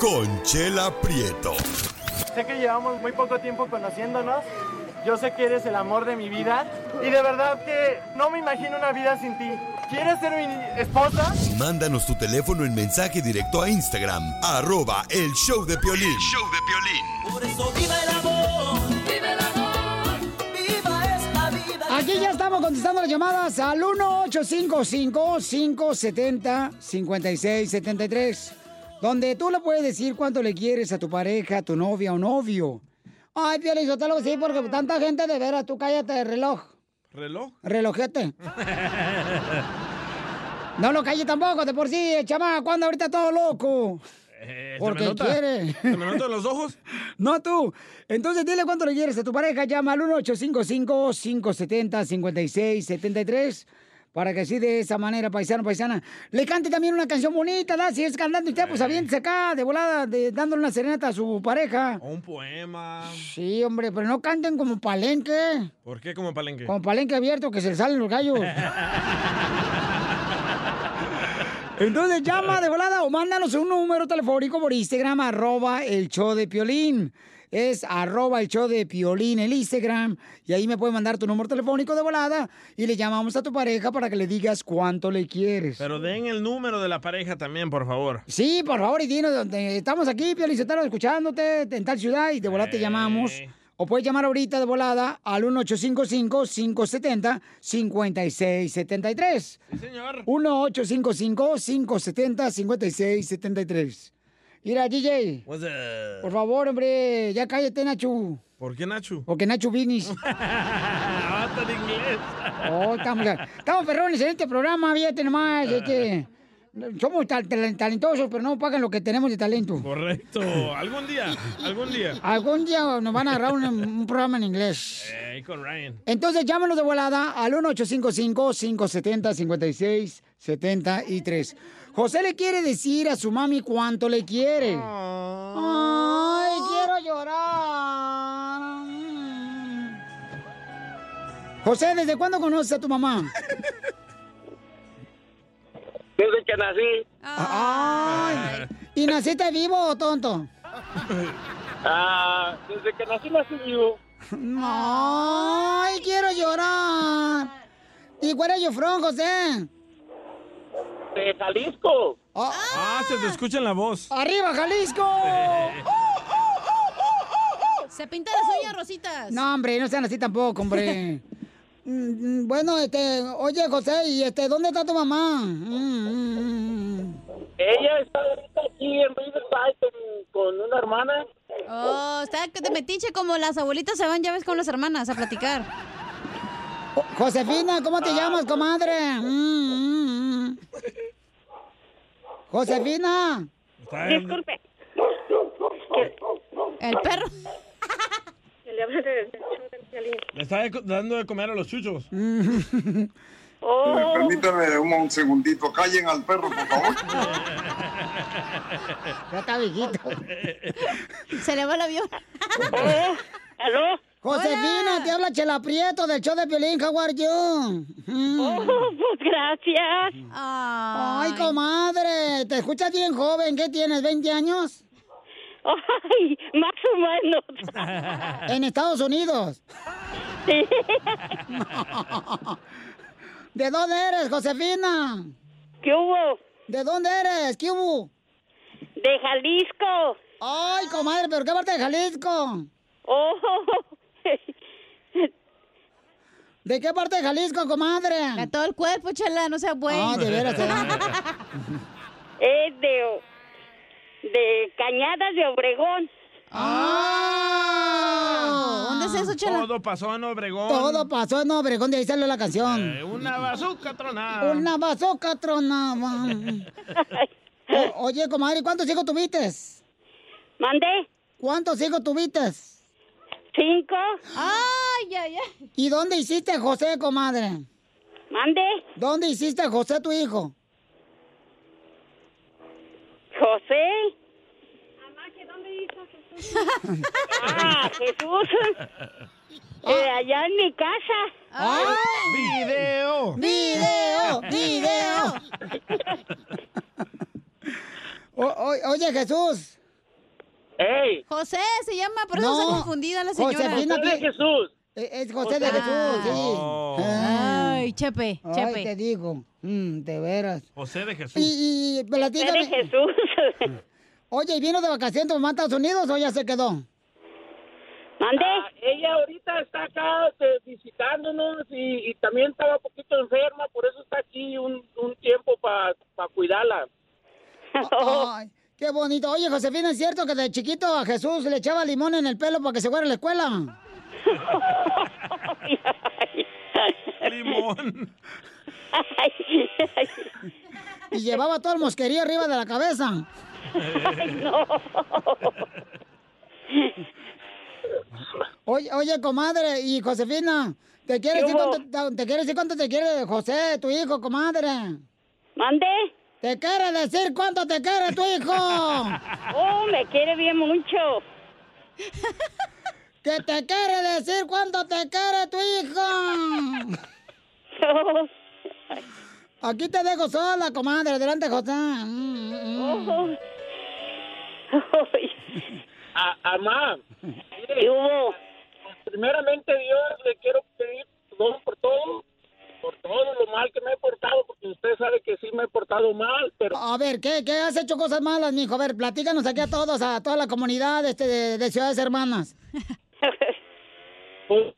S8: Conchela Prieto.
S11: Sé que llevamos muy poco tiempo conociéndonos. Yo sé que eres el amor de mi vida. Y de verdad que no me imagino una vida sin ti. ¿Quieres ser mi esposa?
S8: Mándanos tu teléfono en mensaje directo a Instagram, arroba el show de Piolín.
S1: Por eso viva el amor. Viva el amor. Viva esta vida.
S2: Aquí ya estamos contestando las llamadas al 1-855-570-5673, donde tú le puedes decir cuánto le quieres a tu pareja, a tu novia o novio. Ay, Piolín, yo te lo sí, porque tanta gente de veras, tú cállate, reloj,
S4: ¿Reloj?
S2: relojete.
S4: Eh,
S2: No lo calles tampoco, de por sí, chama, ¿cuándo ahorita todo loco?
S4: Eh, ¿se
S2: Porque
S4: me nota?
S2: quiere.
S4: ¿Se me notan los ojos?
S2: [LAUGHS] No tú. Entonces dile cuánto le quieres a tu pareja. Llama al 1-855-570-5673 para que así de esa manera, paisano, paisana, le cante también una canción bonita, ¿da? Si es cantando usted, pues aviéntese acá de volada, de, dándole una serenata a su pareja.
S4: Un poema.
S2: Sí, hombre, pero no canten como palenque.
S4: ¿Por qué como palenque?
S2: Como palenque abierto que se le salen los gallos. Entonces llama de volada o mándanos un número telefónico por Instagram, arroba el show de Piolín. Es arroba el show de Piolín el Instagram. Y ahí me puedes mandar tu número telefónico de volada y le llamamos a tu pareja para que le digas cuánto le quieres.
S4: [LAUGHS] Pero den el número de la pareja también, por favor.
S2: Sí, por favor, y dinos dónde estamos aquí, Piolín, Sotelo, escuchándote en tal ciudad y de volada te llamamos.
S4: Eh.
S2: O puedes llamar ahorita de volada al 1855-570-5673.
S4: Sí, señor.
S2: 1-855-570-5673. Mira, DJ.
S4: What's up?
S2: Por favor, hombre, ya cállate, Nacho.
S4: ¿Por qué
S2: [LAUGHS]
S4: Nacho?
S2: Porque Nacho Vinis.
S4: Basta de inglés.
S2: Oh, estamos, estamos perrones en este programa, fíjate nomás. este, somos tal- tal- talentosos, pero no pagan lo que tenemos de talento.
S4: Correcto. Algún día,
S2: [LAUGHS]
S4: algún día.
S2: Algún día nos van a agarrar un, un programa en inglés.
S4: Eh, con Ryan.
S2: Entonces llámanos de volada al 1855-570-5673. José le quiere decir a su mami cuánto le quiere. Ay, quiero llorar. José, ¿desde cuándo conoces a tu mamá?
S10: Desde que nací.
S2: Ay. ¿Y naciste vivo o tonto?
S10: Ah, desde que nací nací vivo.
S2: Ay, quiero llorar. ¿Y cuál es yo from, José?
S10: De Jalisco.
S4: Ah, se te escucha en la voz.
S2: ¡Arriba, Jalisco!
S3: Se pinta las uñas rositas.
S2: No, hombre, no sean así tampoco,
S3: [LAUGHS]
S2: hombre. Mm, mm, bueno, este, oye, José, ¿y este, dónde está tu mamá? Mm, mm, mm.
S10: Ella está ahorita aquí en Riverside con, con una hermana.
S3: Oh, está de metiche como las abuelitas se van, ya ves, con las hermanas a platicar.
S2: Josefina, ¿cómo
S3: Ah,
S2: te llamas, comadre? Mm, mm, mm. [LAUGHS] Josefina.
S16: Disculpe.
S2: El perro.
S16: Que le hablan del show del violín.
S2: [LAUGHS]
S4: Le está dando de comer a los chuchos.
S2: Oh.
S15: Eh, Permítame un, un segundito. Callen al perro, por favor.
S2: Ya está viejito.
S3: Se le va el
S2: [LAUGHS]
S3: avión.
S2: Eh, ¿Aló? Josefina, te habla Chela Prieto del show de Piolín, how are you? Oh, pues gracias. Ay, comadre, te escuchas bien joven, ¿qué tienes, 20 años? Ay, más o menos. [LAUGHS] ¿En Estados Unidos? Sí. [LAUGHS] ¿De dónde eres, Josefina? ¿Qué hubo? ¿De dónde eres? ¿Qué hubo? De Jalisco. Ay, comadre, ¿pero qué parte de Jalisco? Oh. ¿De qué parte de Jalisco, comadre?
S3: A todo el cuerpo, chela, no sea bueno.
S2: Ah, de veras. eh.
S16: Es de, de Cañadas de Obregón.
S2: ¡Ah!
S3: ¿Dónde es eso,
S4: Todo pasó en Obregón.
S2: Todo pasó en Obregón, de ahí salió la canción.
S4: Eh, Una bazooka tronada.
S2: Una bazooka [LAUGHS] tronaba. O- oye, comadre, ¿cuántos hijos tuviste? ¿Mandé? ¿Cuántos hijos tuviste? Cinco.
S3: Ay, ay, ay.
S2: ¿Y dónde hiciste a José, comadre? ¿Mandé? ¿Dónde hiciste a José, tu hijo?
S16: José.
S2: [LAUGHS]
S16: Ah, Jesús. Eh, allá en mi casa.
S4: ¡Video!
S2: ¡Video! [LAUGHS] ¡Video! O- o- oye, Jesús. ¡Ey!
S3: José se llama, por eso
S2: No,
S3: está confundida la señora.
S2: Josefina José de Pie- Jesús. Es José de
S3: Ah.
S2: Jesús, sí. Ah.
S3: Ay, chepe, chepe.
S2: Ay, te digo. Mm, de veras.
S4: José de Jesús.
S2: Y, y platícame.
S16: José de Jesús.
S2: [LAUGHS] Oye, ¿y vino de vacaciones tu mamá a Estados Unidos o ya se quedó?
S16: Ah,
S10: ella ahorita está acá este, visitándonos y, y también estaba un poquito enferma, por eso está aquí un, un tiempo para cuidarla. [LAUGHS]
S2: Ay, qué bonito. Oye, Josefina, ¿es cierto que de chiquito a Jesús le echaba limón en el pelo para que se fuera a la escuela?
S4: Limón.
S2: Y llevaba todo el mosquerío arriba de la cabeza. Oye, oye, comadre, y Josefina, ¿te quieres
S16: ¿Qué
S2: decir
S16: hubo?
S2: cuánto te, quiere decir cuánto te quiere José, tu hijo, comadre?
S16: ¿Mande?
S2: ¿Te quiere decir cuánto te quiere tu hijo?
S16: [LAUGHS] Oh, me quiere bien mucho.
S2: [LAUGHS] ¿Que te quiere decir cuánto te quiere tu
S16: [LAUGHS] Oh.
S2: hijo? Aquí te dejo sola, comadre. Adelante, José. Mm, mm.
S16: Oh.
S10: A, Amá, mire, primeramente Dios, le quiero pedir perdón por todo, por todo lo mal que me he portado, porque usted sabe que sí me he portado mal, pero...
S2: A ver, ¿qué, ¿qué has hecho cosas malas, mijo? A ver, platícanos aquí a todos, a toda la comunidad este, de, de Ciudades Hermanas.
S10: pues,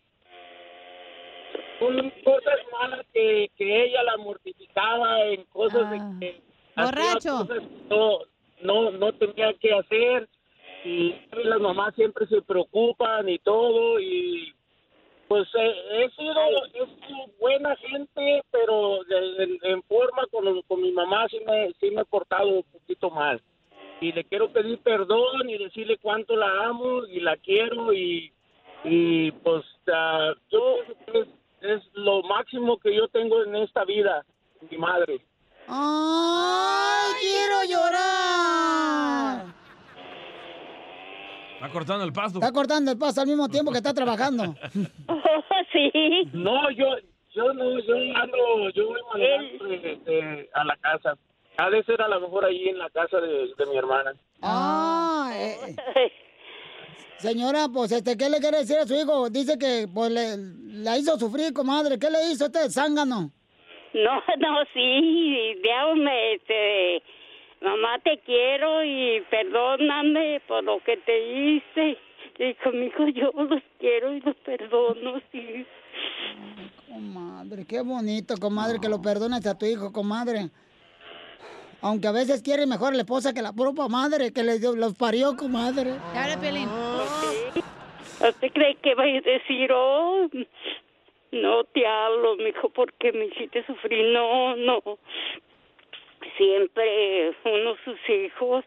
S10: un- cosas malas que, que ella la mortificaba en cosas de que hacía
S3: borracho.
S10: cosas que no, no, no tenía que hacer y las mamás siempre se preocupan y todo y pues he, he sido, he sido buena gente pero de- en, en forma con, los- con mi mamá sí me, sí me he portado un poquito mal y le quiero pedir perdón y decirle cuánto la amo y la quiero y, y pues ah, yo es, es lo máximo que yo tengo en esta vida, mi madre.
S2: ¡Ay, quiero llorar!
S4: Está cortando el pasto.
S2: Está cortando el paso al mismo tiempo que está trabajando. Ah,
S10: sí. No, yo, yo no, yo ando, yo voy manejando este, a la casa. Ha de ser a lo mejor ahí en la casa de, de mi hermana.
S2: Ah, eh, eh. Señora, pues, este, ¿qué le quiere decir a su hijo? Dice que pues, le, la hizo sufrir, comadre. ¿Qué le hizo este zángano?
S16: No, no, sí, Dios me, este, mamá te quiero y perdóname por lo que te hice. Y conmigo yo los quiero y los perdono, sí.
S2: Comadre, qué bonito, comadre, que lo perdones a tu hijo, comadre. Aunque a veces quiere mejor la esposa que la propia madre que le dio- los parió, comadre.
S3: Te habla Piolín.
S2: Oh.
S16: ¿Usted cree que va a decir, oh, no te hablo, mijo, porque me hiciste sufrir? No, no. Siempre uno, sus hijos,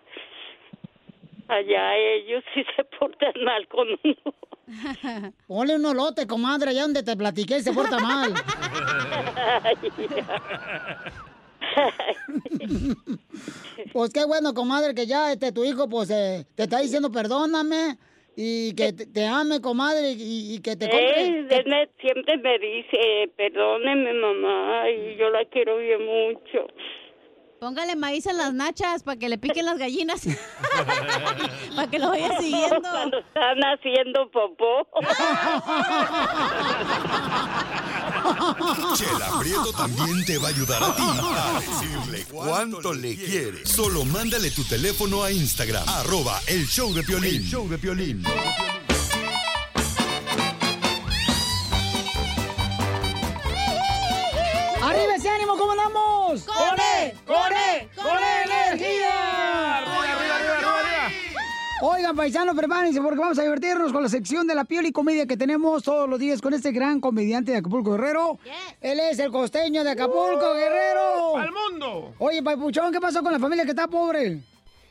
S16: Allá ellos sí [LAUGHS] se portan mal con uno.
S2: Ponle un olote, comadre, allá donde te platiqué se porta mal. Pues qué bueno, comadre, que ya este tu hijo pues eh, te está diciendo perdóname y que te, te ame, comadre, y, y que te compre.
S16: Eh, Demet siempre me dice, perdóneme mamá, y yo la quiero bien mucho.
S3: Póngale maíz en las nachas para que le piquen las gallinas. [LAUGHS] para que lo vaya siguiendo.
S16: Cuando están haciendo popó.
S8: Chela Prieto también te va a ayudar a ti a decirle cuánto le quiere. Solo mándale tu teléfono a Instagram, arroba el show de Piolín. show de Piolín.
S2: ¡Arriba ese ánimo! ¿Cómo andamos?
S1: ¡Corre, corre, corre energía!
S2: ¡Arriba, arriba, arriba, Oigan, paisanos, prepárense porque vamos a divertirnos con la sección de la piel y comedia que tenemos todos los días con este gran comediante de Acapulco Guerrero. Él es el costeño de Acapulco Guerrero.
S4: ¡Al mundo!
S2: Oye, Paipuchón, ¿qué pasó con la familia que está pobre?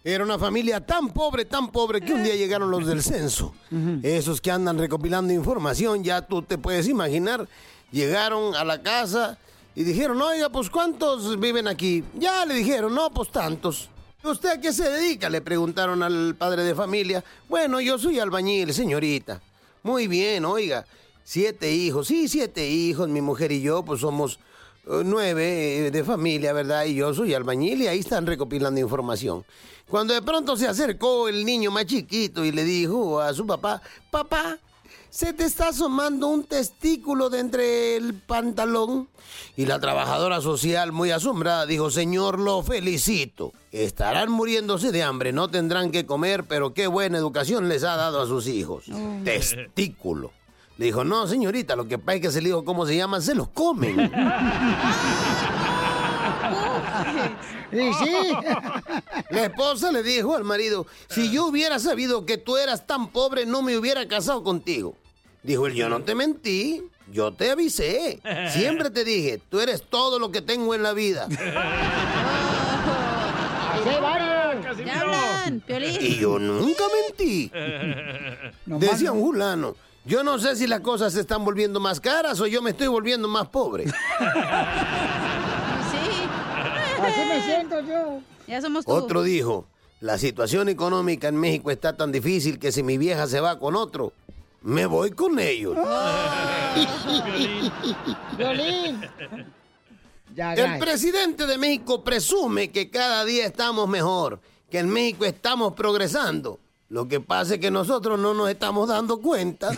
S17: Era una familia tan pobre, tan pobre que un día llegaron los del censo. Esos que andan recopilando información, ya tú te puedes imaginar. Llegaron a la casa y dijeron, oiga, pues ¿cuántos viven aquí? Ya le dijeron, no, pues tantos. ¿Usted a qué se dedica? Le preguntaron al padre de familia. Bueno, yo soy albañil, señorita. Muy bien, oiga. Siete hijos, sí, siete hijos. Mi mujer y yo, pues somos eh, nueve eh, de familia, ¿verdad? Y yo soy albañil y ahí están recopilando información. Cuando de pronto se acercó el niño más chiquito y le dijo a su papá, papá, se te está asomando un testículo de entre el pantalón. Y la trabajadora social, muy asombrada, dijo, señor, lo felicito. Estarán muriéndose de hambre, no tendrán que comer, pero qué buena educación les ha dado a sus hijos. [LAUGHS] Testículo. Le dijo, no, señorita, lo que pasa es que se le dijo cómo se llaman, se los comen.
S2: Y sí.
S17: La esposa le dijo al marido, si yo hubiera sabido que tú eras tan pobre, no me hubiera casado contigo. Dijo él, yo no te mentí, yo te avisé. Siempre te dije, tú eres todo lo que tengo en la vida.
S3: ¡Ya hablan! Piolín.
S17: Y yo nunca
S1: [LAUGHS]
S17: mentí. Decía un fulano, yo no sé si las cosas se están volviendo más caras o yo me estoy volviendo más
S3: [LAUGHS]
S17: pobre.
S3: Sí.
S2: Así me siento yo.
S3: Ya somos tú.
S17: Otro dijo, la situación económica en México está tan difícil que si mi vieja se va con otro, me voy con ellos.
S2: Violín. Ya, ya.
S17: El presidente de México presume que cada día estamos mejor, que en México estamos progresando. Lo que pasa es que nosotros no nos estamos dando cuenta.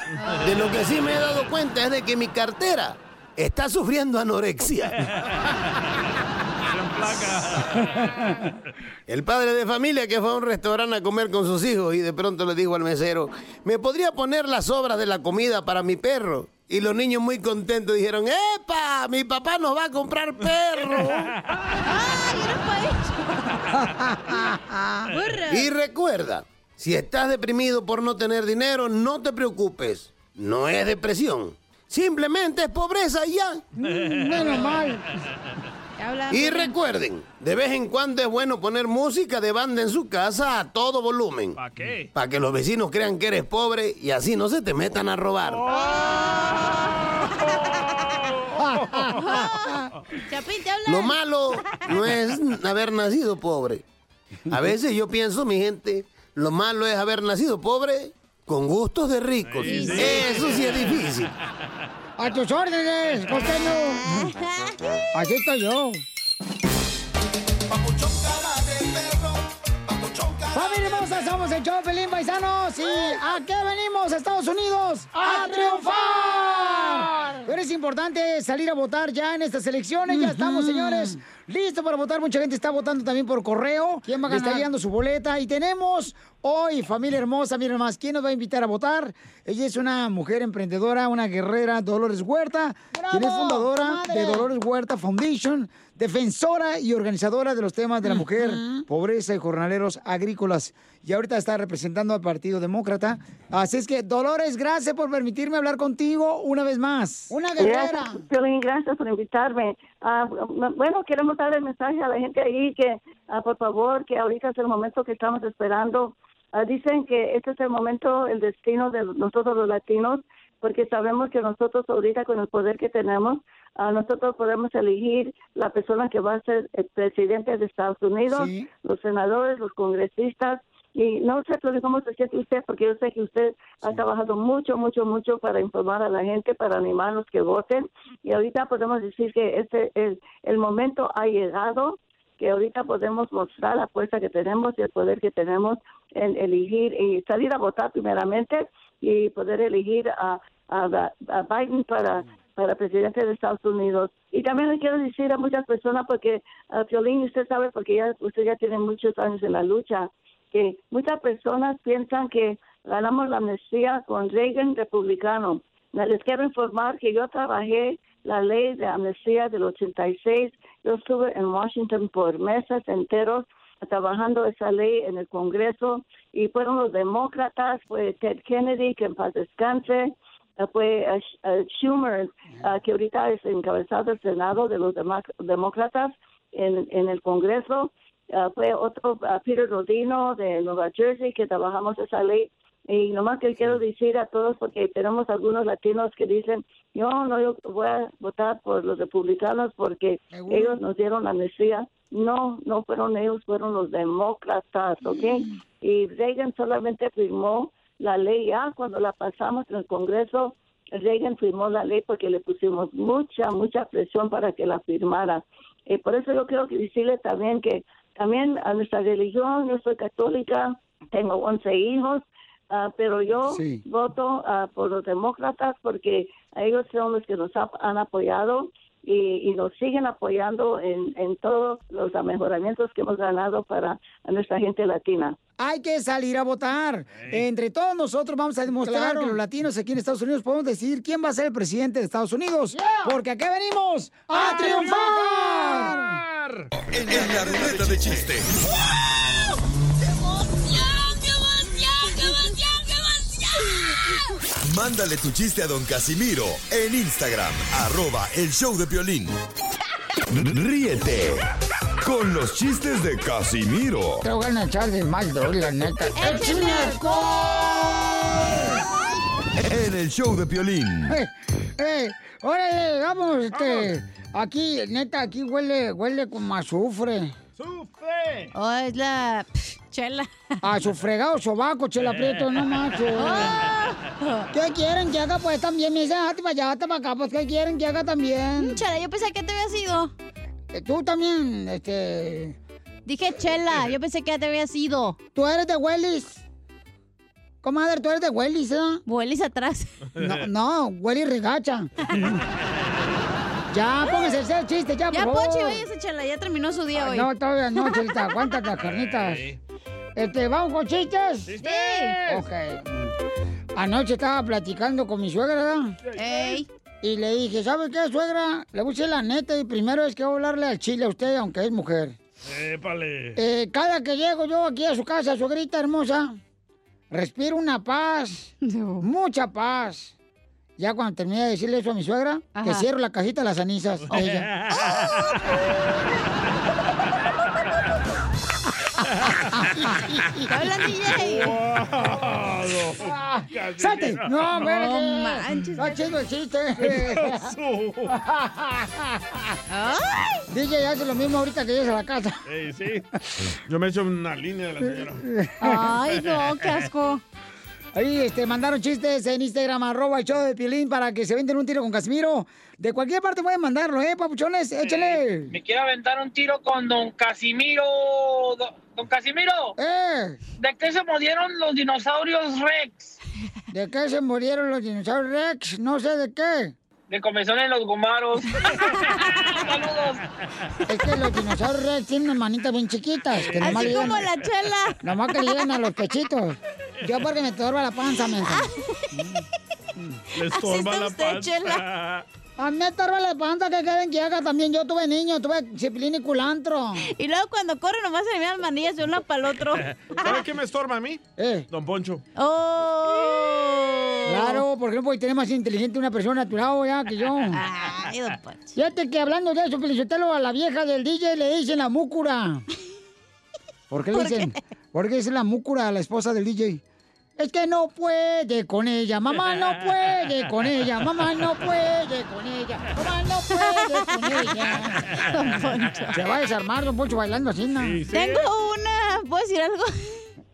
S17: De lo que sí me he dado cuenta es de que mi cartera está sufriendo anorexia. El padre de familia que fue a un restaurante a comer con sus hijos y de pronto le dijo al mesero, ¿me podría poner las sobras de la comida para mi perro? Y los niños muy contentos dijeron, ¡epa! Mi papá nos va a comprar perro.
S1: Ah,
S17: Ah.
S1: Eh.
S17: Y recuerda, si estás deprimido por no tener dinero, no te preocupes. No es depresión. Simplemente es pobreza y ya.
S1: Mm, Menos mal.
S17: Y recuerden, de vez en cuando es bueno poner música de banda en su casa a todo volumen. ¿Para
S4: qué?
S17: Para que los vecinos crean que eres pobre y así no se te metan a robar.
S3: [LAUGHS] Chapín, te habla.
S17: Lo malo no es haber nacido pobre. A veces yo pienso, mi gente, lo malo es haber nacido pobre con gustos de ricos.
S1: Sí, sí.
S17: Eso sí es difícil.
S2: ¡A tus órdenes, costeño! Aquí estoy yo. ¡Familia hermosa! Somos el show Pelín Paisanos. ¿Y a qué venimos, Estados Unidos?
S1: ¡A triunfar!
S2: Pero es importante salir a votar ya en estas elecciones. Ya estamos, señores, listos para votar. Mucha gente está votando también por correo. ¿Quién va a
S3: ganar?
S2: Está llegando su boleta. Y tenemos hoy, familia hermosa, miren más, ¿quién nos va a invitar a votar? Ella es una mujer emprendedora, una guerrera, Dolores Huerta, quien es fundadora de Dolores Huerta Foundation, defensora y organizadora de los temas de la mujer, pobreza y jornaleros agrícolas. Y ahorita está representando al Partido Demócrata. Así es que, Dolores, gracias por permitirme hablar contigo una vez más. Una
S18: Gracias, Piolín, gracias por invitarme. Ah, bueno, queremos dar el mensaje a la gente ahí que, ah, por favor, que ahorita es el momento que estamos esperando ah, dicen que este es el momento, el destino de nosotros los latinos, porque sabemos que nosotros ahorita con el poder que tenemos, ah, nosotros podemos elegir la persona que va a ser el presidente de Estados Unidos,
S21: Sí.
S18: los senadores, los congresistas. Y no sé Piolín, cómo se siente usted, porque yo sé que usted ha trabajado mucho, mucho, mucho para informar a la gente, para animarlos que voten. Y ahorita podemos decir que este el, el momento ha llegado que ahorita podemos mostrar la fuerza que tenemos y el poder que tenemos en elegir y salir a votar primeramente y poder elegir a, a- a Biden para, para presidente de Estados Unidos. Y también le quiero decir a muchas personas, porque a Violín, usted sabe, porque ya, usted ya tiene muchos años en la lucha, que muchas personas piensan que ganamos la amnistía con Reagan republicano. Les quiero informar que yo trabajé la ley de amnistía del 86. Yo estuve en Washington por meses enteros trabajando esa ley en el Congreso y fueron los demócratas, fue Ted Kennedy, que en paz descanse, eh, fue eh, Sh- eh, Schumer, eh, que ahorita es encabezado del Senado de los demá- demócratas en, en el Congreso, eh, fue otro eh, Peter Rodino de Nueva Jersey, que trabajamos esa ley y nomás que quiero decir a todos, porque tenemos algunos latinos que dicen, yo no yo voy a votar por los republicanos porque
S21: Seguro.
S18: ellos nos dieron la amnistía. No, no fueron ellos, fueron los demócratas, ¿ok? Y Reagan solamente firmó la ley ya cuando la pasamos en el Congreso. Reagan firmó la ley porque le pusimos mucha, mucha presión para que la firmara. Eh, por eso yo quiero que decirle también que también a nuestra religión, yo soy católica, tengo 11 hijos, ah, pero yo
S21: Sí.
S18: voto ah, por los demócratas porque ellos son los que nos ha- han apoyado y, y nos siguen apoyando en, en todos los mejoramientos que hemos ganado para nuestra gente latina.
S2: Hay que salir a votar. Entre todos nosotros vamos a demostrar que los latinos aquí en Estados Unidos podemos decidir quién va a ser el presidente de Estados Unidos. Porque acá venimos a,
S21: ¡A
S2: triunfar.
S8: En la ruleta de chiste. Mándale tu chiste a don Casimiro en Instagram, arroba el show de Piolín. Ríete con los chistes de Casimiro
S2: Te voy a echar de mal, doy, la neta. ¡Échame alcohol!
S8: en el show de Piolín.
S2: ¡Eh! ¡Eh! ¡Órale! ¡Vamos! Este, aquí, neta, aquí huele, huele como azufre.
S3: ¡Sufre! Oh, es la... pf, chela.
S2: A su fregado sobaco, chela prieto, no macho.
S3: Oh.
S2: ¿Qué quieren que haga? Pues también me dicen, hazte para allá, hazte para acá, pues ¿qué quieren que haga también? Eh,
S3: Chela, Mm, yo pensé que te había sido.
S2: Tú también, este...
S3: Dije chela, yo pensé que ya te había sido.
S2: Tú eres de Wellis. Comadre, tú eres de Wellis, ¿eh?
S3: Wellis atrás.
S2: No, no, Wellis regacha. ya, póngase a hacer el chiste, ya,
S3: Ya,
S2: por favor.
S3: Pochi, váyase, chela, ya terminó su día
S2: Ay,
S3: hoy.
S2: No, todavía no,
S3: [LAUGHS]
S2: Chelita, aguántate [LAUGHS] las carnitas. Este, ¿vamos con chistes? ¡Sí! Ok. Anoche estaba platicando con mi suegra, ¿verdad?
S3: Ey.
S2: Y le dije, ¿sabe qué, suegra? Le puse la neta y primero es que voy a hablarle al chile a usted, aunque es mujer.
S4: Épale.
S2: Eh, cada que llego yo aquí a su casa, suegrita hermosa, respiro una paz, mucha paz. Ya cuando terminé de decirle eso a mi suegra, que
S21: Ajá.
S2: cierro la cajita de las cenizas.
S4: Oh,
S2: de ella.
S3: [LAUGHS]
S21: hablan, DJ?
S2: ¡Salte! No, espérate.
S21: No
S2: Está chido el chiste. [LAUGHS] DJ hace lo mismo ahorita que llegas a la casa.
S4: Ey, sí. Yo me echo una línea de la
S2: Eh.
S4: señora.
S2: Ay, no, qué asco. Ahí este, mandaron chistes en Instagram, arroba el show de Pilín, para que se venden un tiro con Casimiro. De cualquier parte pueden mandarlo, ¿eh, papuchones? Échale.
S19: Me quiero aventar un tiro con don Casimiro. Do- Don Casimiro.
S3: Eh.
S19: ¿De qué se murieron los dinosaurios Rex?
S2: ¿De qué se murieron los dinosaurios Rex? No sé de qué.
S19: De comezón en los
S3: [LAUGHS]
S19: gomaros. Saludos.
S2: Es que los dinosaurios Rex tienen unas manitas bien chiquitas. Que nomás
S21: Así
S2: le
S21: como
S2: llegan-
S21: la chela.
S2: Nomás que le llegan a los pechitos. Yo porque me estorba la panza, mensa.
S4: Le estorba la panza.
S2: A mí me estorba la panza, que quieren que haga? También yo tuve niño, tuve chipilín y culantro.
S3: Y luego cuando corre nomás se le miran las manillas de uno para el
S4: [LAUGHS]
S3: otro.
S4: ¿Sabes qué me estorba a mí?
S2: Eh,
S4: Don Poncho.
S3: ¡Oh!
S2: Claro, porque no puede tener más inteligente una persona a tu lado ya que yo.
S21: Ah.
S3: Ay, don Poncho.
S2: Fíjate que hablando de eso, Felicitelo a la vieja del DJ le dicen la múcura. ¿Por qué le [LAUGHS] dicen? ¿Por qué dicen la múcura a la esposa del DJ? Es que no puede con ella, mamá no [LAUGHS] puede con ella, mamá no puede con ella, mamá no puede
S3: [LAUGHS]
S2: con ella. Don Poncho. Se va a desarmar Don Poncho bailando así, ¿no?
S3: Tengo una. ¿Puedo decir algo?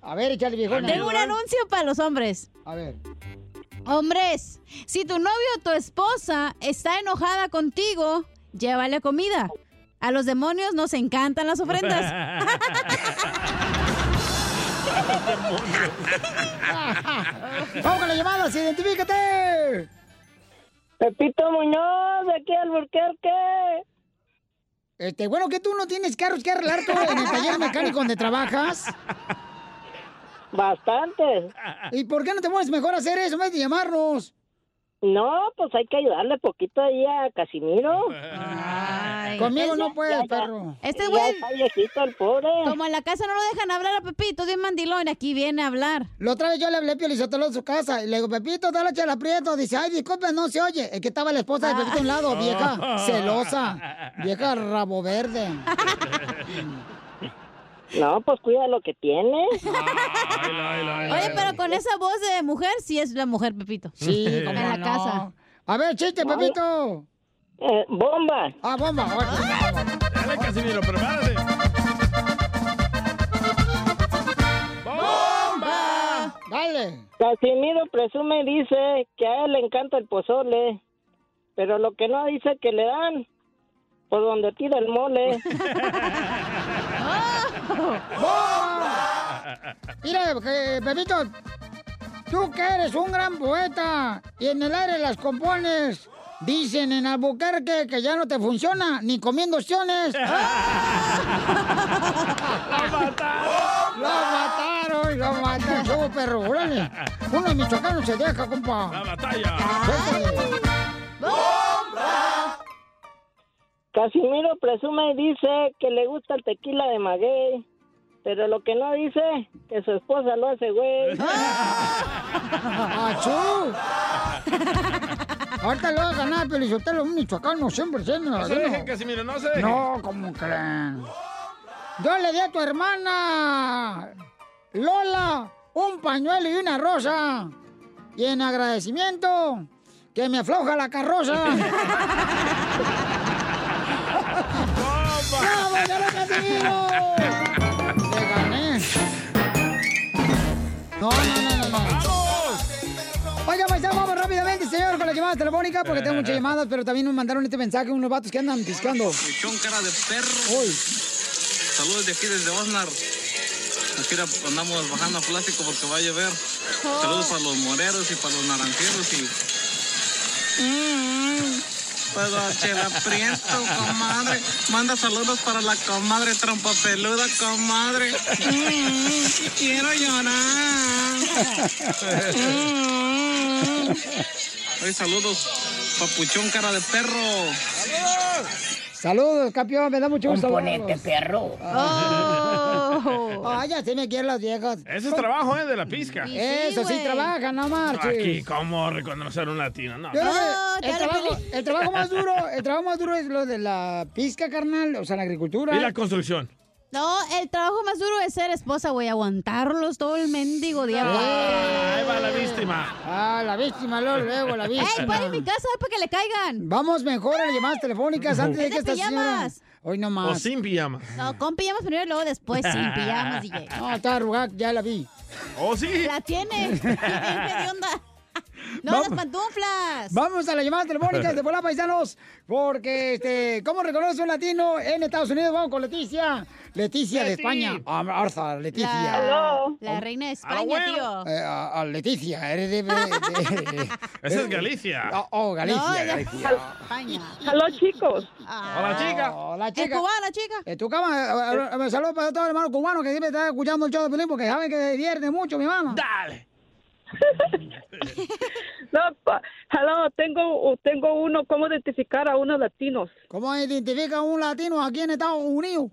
S2: A ver, échale viejona.
S3: Tengo un anuncio para los hombres.
S2: A ver.
S3: Hombres, si tu novio o tu esposa está enojada contigo, llévale comida. A los demonios nos encantan las
S4: [LAUGHS]
S3: ofrendas.
S2: Vamos con las llamadas, identifícate.
S21: Pepito Muñoz, de aquí al Burquerque.
S2: Este, bueno, que tú no tienes carros que arreglar tú en el taller mecánico donde trabajas.
S21: Bastante.
S2: ¿Y por qué no te mueves mejor a hacer eso en vez de llamarnos?
S21: No, pues hay que ayudarle poquito ahí a Casimiro.
S2: Conmigo no puedes,
S21: ya, ya.
S2: perro.
S3: Este
S21: Ya
S3: güey.
S21: está viejito el pobre.
S3: Como en la casa no lo dejan hablar a Pepito, de un mandilón, aquí viene a hablar.
S2: La otra vez yo le hablé a Pio Lizotelo en su casa y le digo, Pepito, dale chela prieto. Dice, ay, disculpe, no se oye. Es que estaba la esposa de Pepito a un lado, vieja celosa, vieja rabo verde.
S21: No, pues cuida lo que tiene.
S3: Oye, pero con esa voz de mujer, sí es la mujer, Pepito.
S21: Sí,
S3: en
S21: cómo
S3: la
S21: no.
S3: casa.
S2: A ver, chiste, Pepito.
S21: bomba.
S2: Ah, bomba. bueno.
S4: Dale, Casimiro, prepárate.
S2: ¡Bomba! Dale.
S21: Casimiro presume y dice que a él le encanta el pozole, pero lo que no dice que le dan por donde tira
S2: [LAUGHS]
S21: el mole.
S2: Mira, eh, Pepito, tú que eres un gran poeta y en el aire las compones. Dicen en Albuquerque que ya no te funciona ni comiendo opciones. Ah, ¡Lo mataron! ¡Lo mataron! ¡Lo mataron! ¡Yo, perro! ¡Órale! Uno de michoacanos se deja, compa. ¡La
S4: batalla!
S21: Casimiro presume y dice que le gusta el tequila de maguey, pero lo que no dice que su esposa lo hace güey.
S2: [LAUGHS] ¡Achú! Ahorita lo va a ganar, pero yo te lo un michoacano siempre siendo.
S4: No se dejen, Casimiro, no se dejen.
S2: No, ¿cómo creen? Yo le di a tu hermana Lola un pañuelo y una rosa. Y en agradecimiento, que me afloja la
S4: [LAUGHS]
S2: carroza. ¡Bravo, ya lo Casimiro! ¡Le gané! No, no, no, no, no. Oiga, paisano, vamos rápidamente, señor, con la llamada telefónica, porque tengo
S4: [LAUGHS]
S2: muchas llamadas, pero también me mandaron este mensaje unos vatos que andan piscando.
S25: Michón, cara de perro. Saludos de aquí desde Osnar. Aquí era- andamos bajando a plástico porque va a llover. Saludos para los moreros y para los naranjeros y. Mm, Para Chela Prieto, comadre. Manda saludos para la comadre trompa peluda, comadre. Mm, quiero llorar. Mm. Oye, saludos, papuchón, cara de perro.
S2: Saludos, campeón, me da mucho gusto.
S25: Componente,
S2: saludarlos.
S25: perro.
S2: Oh. Ay, ya se me quieren las viejas.
S4: Ese es trabajo, ¿eh? De la pizca.
S2: Eso sí, trabaja, no marches.
S4: Aquí, ¿cómo reconocer un latino? No.
S2: Yo creo que
S3: te
S2: el,
S3: Oh, la
S2: trabajo,
S3: peli-
S2: el trabajo más duro, el trabajo más duro es lo de la pizca, carnal, o sea, la agricultura.
S4: Y la construcción.
S3: No, el trabajo más duro es ser esposa, güey. Aguantarlos todo el mendigo día.
S4: Ahí va la víctima.
S2: Ah, la víctima, luego, luego, la víctima.
S3: ¡Ey, pare en mi casa para [LAUGHS] que le caigan!
S2: Vamos mejor a las llamadas telefónicas antes de
S3: Es
S2: que
S3: de
S2: esta señora...
S3: pijamas.
S2: Hoy no
S4: O
S2: más.
S4: sin pijama.
S3: No, con pijamas primero y luego después sin pijamas, DJ.
S2: No, está arrugada, ya la vi.
S4: ¿Oh, sí?
S3: ¡La tiene!
S4: [LAUGHS]
S3: Bien hedionda. ¡No,
S2: Vamos.
S3: las pantuflas!
S2: Vamos a las llamadas telefónicas de Volá Paisanos, porque, este, ¿cómo reconoce un latino en Estados Unidos? Vamos con Leticia. Leticia de
S3: Leti.
S2: España. Ah, Arza, Leticia. Ah,
S3: La, la reina de España, tío.
S2: Eh, a, a Leticia, eres de... de- de-
S4: [LAUGHS] Esa es Galicia.
S2: Oh, oh, Galicia,
S3: No, ya-
S2: Galicia.
S3: España. Ah.
S21: Hola, chicos.
S4: Hola, chica.
S2: Hola,
S3: Es
S2: chica.
S3: cubana, chica.
S2: Eh, tu cama, eh, eh, saludos para todos los hermanos cubanos que siempre están escuchando el show de Pelín porque saben que se divierte mucho, mi mamá.
S4: Dale.
S21: [LAUGHS] No, pa- hello, tengo, uh, tengo uno, ¿cómo identificar a unos latinos?
S2: ¿Cómo identifica un latino aquí en Estados Unidos?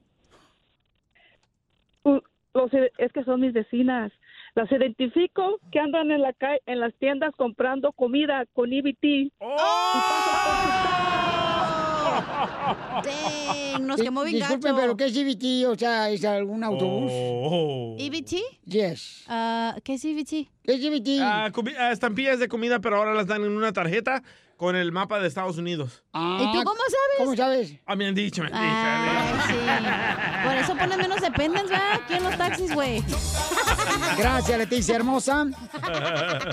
S21: U- Mm, los ide- es [LAUGHS] que son mis vecinas. Las identifico que andan en la calle, en las E tiendas comprando comida con EBT.
S4: ¡Oh!
S3: Dang, nos quemó bien
S2: Disculpen,
S3: gacho.
S2: pero ¿qué es EBT? O sea, ¿es algún autobús?
S3: ¿EBT?
S2: Yes.
S3: Ah, ¿Qué es EBT?
S2: ¿Qué es EBT?
S4: Ah, comi- ah, estampillas de comida, pero ahora las dan en una tarjeta con el mapa de Estados Unidos.
S3: ¿Y tú cómo sabes? ¿Cómo
S2: Ah, sabes?
S4: Ah, me han dicho, me han dicho.
S3: Por eso ponen menos dependents, ¿verdad? Aquí en los taxis, güey.
S2: Gracias, Leticia hermosa.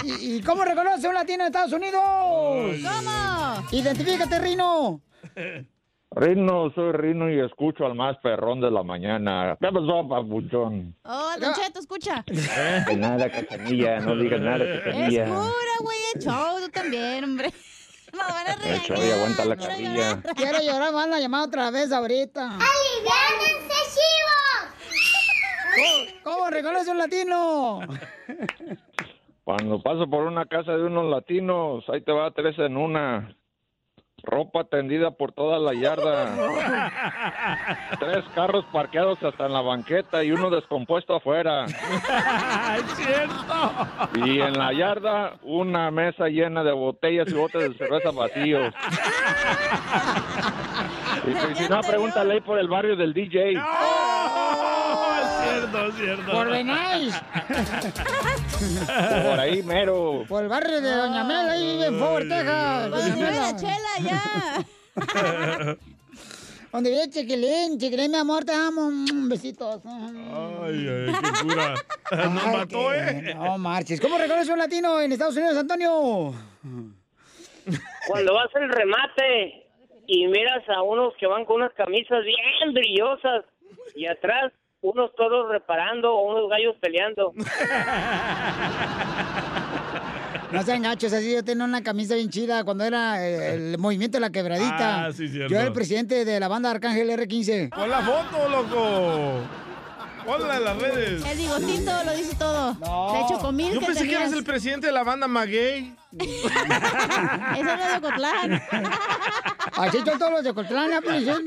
S2: ¿Y, y cómo reconoce un latino de Estados Unidos?
S3: ¿Cómo?
S2: Identifícate, Rino.
S23: Rino, soy Rino y escucho al más perrón de la mañana. ¿Qué pasó, papuchón?
S3: Oh, Don Cheto, escucha.
S23: Que nada, cachanilla, no digas nada,
S3: Es
S23: cachanilla.
S3: pura, güey, es show, tú también, hombre.
S23: Eso, y aguanta la carrilla.
S2: Quiero llorar, me van a llamar otra vez ahorita.
S1: ¡Aliviánense,
S3: [LAUGHS]
S2: [LAUGHS] chivos! ¿Cómo, cómo reconoce un latino?
S23: Cuando paso por una casa de unos latinos, ahí te va tres en una. Ropa tendida por toda la yarda. Tres carros parqueados hasta en la banqueta y uno descompuesto afuera.
S1: ¡Cierto!
S23: Y en la yarda, una mesa llena de botellas y botes de cerveza vacíos. Y pues, si no, pregúntale ahí por el barrio del DJ.
S4: Cierto, cierto.
S2: Por Benais.
S23: Por ahí mero.
S2: Por el barrio de Doña Mela, ahí vive en Fort, Texas. Doña Mela.
S3: chela, ya.
S2: Donde vive Chiquilín, Chiquilín, mi amor, te amo. Mm, Besitos.
S4: Ay, ay, qué cura. Nos
S2: Ay,
S4: mató,
S2: qué-
S4: ¿eh?
S2: No marches. ¿Cómo reconoce un latino en Estados Unidos, Antonio?
S12: Cuando vas al remate y miras a unos que van con unas camisas bien brillosas y atrás unos toros reparando o unos gallos peleando.
S2: No sean gachos, así yo tenía una camisa bien chida cuando era eh, el movimiento de la quebradita.
S4: Ah, sí, cierto.
S2: yo era el presidente de la banda Arcángel
S4: [LAUGHS]
S2: R15.
S4: Pon la foto, loco. Ponla en las redes.
S3: El bigotito lo dice todo.
S4: No.
S3: De hecho, comida
S4: Yo
S3: que
S4: pensé que
S3: tenías.
S4: eras el presidente de la banda
S3: [LAUGHS]
S4: Maguey.
S3: Ese era de Ocotlán.
S2: Así son todos los de Pues, Cotlán, la prisión.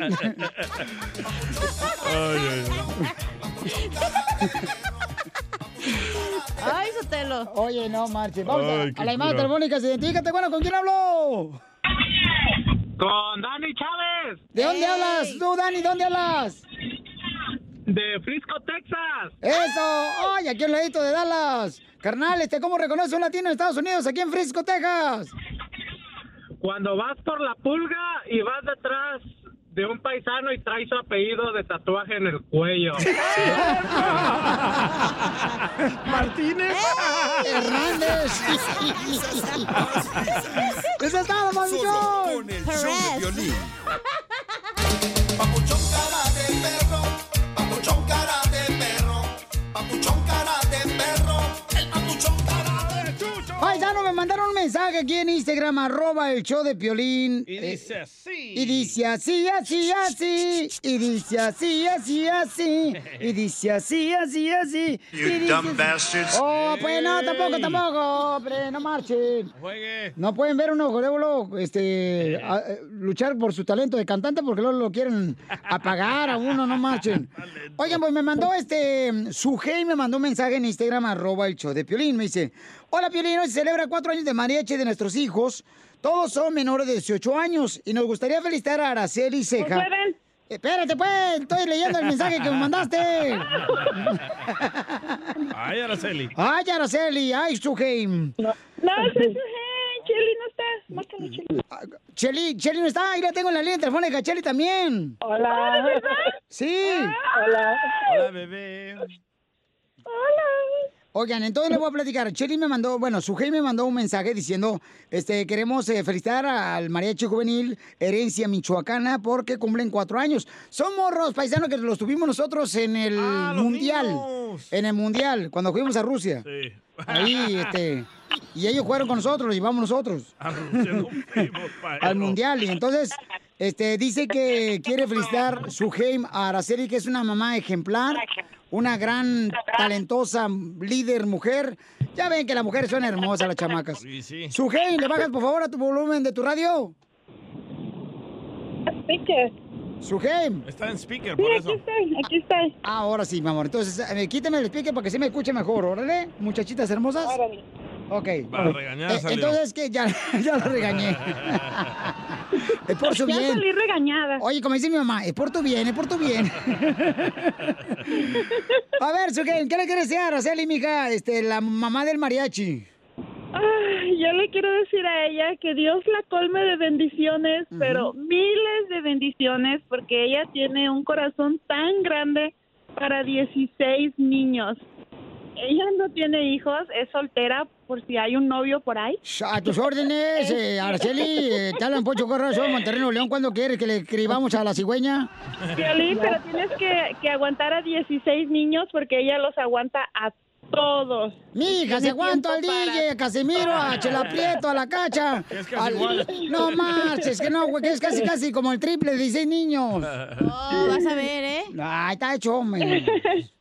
S3: Ay, Sotelo.
S2: Oye, no marches. Vamos
S12: Ay,
S2: a,
S12: qué
S2: a la llamada
S12: cura.
S2: telefónica, identifícate, bueno, ¿con quién habló?
S12: Con Dani Chávez.
S2: ¿De dónde hablas tú, Dani? ¿Dónde hablas?
S12: De Frisco, Texas.
S2: Eso, oye, aquí un ladito de Dallas. Carnal, este, ¿cómo reconoce un latino en Estados Unidos, aquí en Frisco, Texas?
S12: Cuando vas por la pulga y vas detrás de un paisano y traes su apellido de tatuaje en el
S2: [LAUGHS]
S12: cuello.
S4: Martínez.
S2: Hernández. Eso es todo,
S1: Solo
S2: mamichón.
S1: con el show de violín. Papuchón cara de perro. Papuchón cara de perro. El papuchón cara de chucho.
S2: Paisano, me mandaron un mensaje aquí en Instagram, arroba el show de Piolín.
S4: Y
S2: Eh,
S4: dice así.
S2: Y dice así, así, así. Y dice así, así, así. Y dice así, así, así. y
S1: You
S2: dice
S1: dumb
S2: así.
S1: bastards.
S2: Oh, pues no, tampoco,
S1: Ey.
S2: tampoco, hombre, no marchen.
S4: Juegue.
S2: No pueden ver a un ojolévolo este, a- eh, luchar por su talento de cantante porque luego lo quieren apagar a uno, no marchen. Oigan, pues me mandó este, Sujei me mandó un mensaje en Instagram, arroba el show de Piolín, me dice, hola Piolín, hoy se celebra cuatro años de mariachi de nuestros hijos, todos son menores de 18 años y nos gustaría felicitar a Araceli Ceja. Espérate pues, estoy leyendo el mensaje que me mandaste.
S4: Ay, Araceli.
S2: Ay, Araceli, ay, Sujei. No,
S11: Cheli no está. Márcale, Cheli.
S2: Cheli, Cheli no está, ahí la tengo en la línea telefónica, Cheli también.
S11: Hola. ¿de verdad?
S2: Sí.
S11: Hola.
S4: Hola, bebé.
S2: Hola. Oigan, entonces les voy a platicar. Cheli me mandó, bueno, Sujei me mandó un mensaje diciendo, este, queremos eh, felicitar al mariachi juvenil Herencia Michoacana porque cumplen cuatro años. Son morros paisanos que los tuvimos nosotros en el mundial, en el mundial cuando fuimos a Rusia.
S4: Sí.
S2: Ahí, este, y ellos jugaron con nosotros, los llevamos nosotros [LAUGHS] al mundial. Y entonces, este, dice que quiere felicitar su game a Araceli, que es una mamá ejemplar, una gran, talentosa líder mujer. Ya ven que las mujeres son hermosas, las chamacas.
S4: Sí, sí.
S2: Su game, le bajas por favor a tu volumen de tu radio. Su game.
S4: Está en speaker, por eso.
S2: estoy, aquí estoy. Ah, Ahora sí, mi amor. Entonces, eh, quítame el speaker para que se me escuche mejor, órale, muchachitas hermosas. Ok.
S4: Va a regañar,
S2: Eh,
S4: salió.
S2: [LAUGHS]
S4: [LAUGHS]
S2: entonces, que ya, ya lo regañé. Es por su
S12: Ya
S2: bien.
S12: salí
S2: regañada. Oye, como dice mi mamá, es por tu bien, es por tu
S12: [LAUGHS]
S2: bien. A ver, Sugen, ¿qué le quieres decir a Araceli, mija? Este, la mamá del mariachi.
S12: Ay, yo le quiero decir a ella que Dios la colme de bendiciones, pero miles de bendiciones, porque ella tiene un corazón tan grande para 16 niños. Ella no tiene hijos, es soltera por si hay un novio por ahí.
S2: A tus órdenes, eh, Araceli, eh, te hablan Pocho Corrazo, Monterrey, Nuevo León, ¿cuándo quieres que le escribamos a la cigüeña?
S12: Piolín,
S2: [LAUGHS]
S12: pero tienes que, que aguantar a 16 niños porque ella los aguanta a todos.
S2: Mija, se aguanto al DJ, a Casimiro,
S12: [LAUGHS]
S2: a Chela Prieto, a la cacha.
S12: Es
S26: casi
S2: al-
S26: igual.
S2: No marches, que no, güey, que es casi casi como el triple de 16 niños.
S12: Oh, vas a ver, ¿eh?
S2: Ay, está hecho, hombre.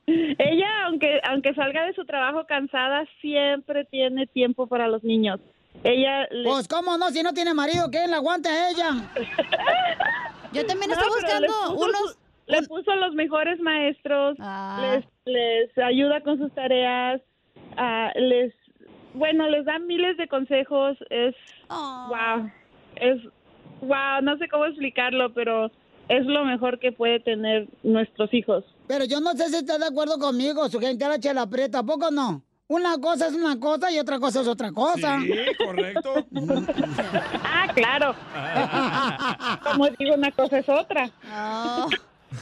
S12: [LAUGHS] Ella, aunque, aunque salga de su trabajo cansada, siempre tiene tiempo para los niños. Ella le-
S2: Pues, ¿cómo no? Si no tiene marido, ¿quién la aguanta a
S12: [LAUGHS]
S2: ella?
S12: Yo también
S3: estoy buscando unos-
S12: Le puso los mejores maestros,
S2: Ah.
S12: les, les ayuda con sus tareas, ah, les... Bueno, les da miles de consejos, es...
S2: Ah.
S12: Wow, es... Wow, no sé cómo explicarlo, pero es lo mejor que puede tener nuestros hijos.
S2: Pero yo no sé si estás de acuerdo conmigo, su gente la chela prieta, ¿a poco no? Una cosa es una cosa y otra cosa es otra cosa. [LAUGHS]
S4: correcto.
S2: Ah, [LAUGHS] claro. Como digo, una cosa es otra. Ah.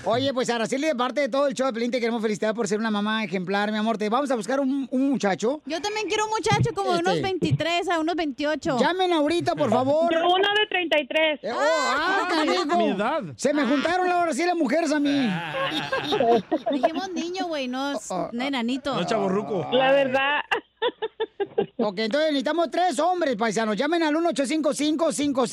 S2: Oye, pues Araceli, de parte de todo el show de Pelín, te queremos felicitar por ser una mamá ejemplar, mi amor. Te vamos a buscar un, un muchacho.
S3: Yo también quiero un muchacho como de
S2: Este.
S3: unos 23 a unos 28.
S2: Llamen ahorita, por favor.
S3: Yo uno
S2: de 33. ¡Oh, ah,
S3: Ah,
S2: canijo!
S3: [LAUGHS] mi edad.
S2: Se me juntaron ahora sí las mujeres a mí.
S3: [LAUGHS]
S2: Oh,
S3: Dijimos niño, güey, no es nenanito.
S2: La verdad. Ok, entonces necesitamos tres hombres, paisanos. Llamen al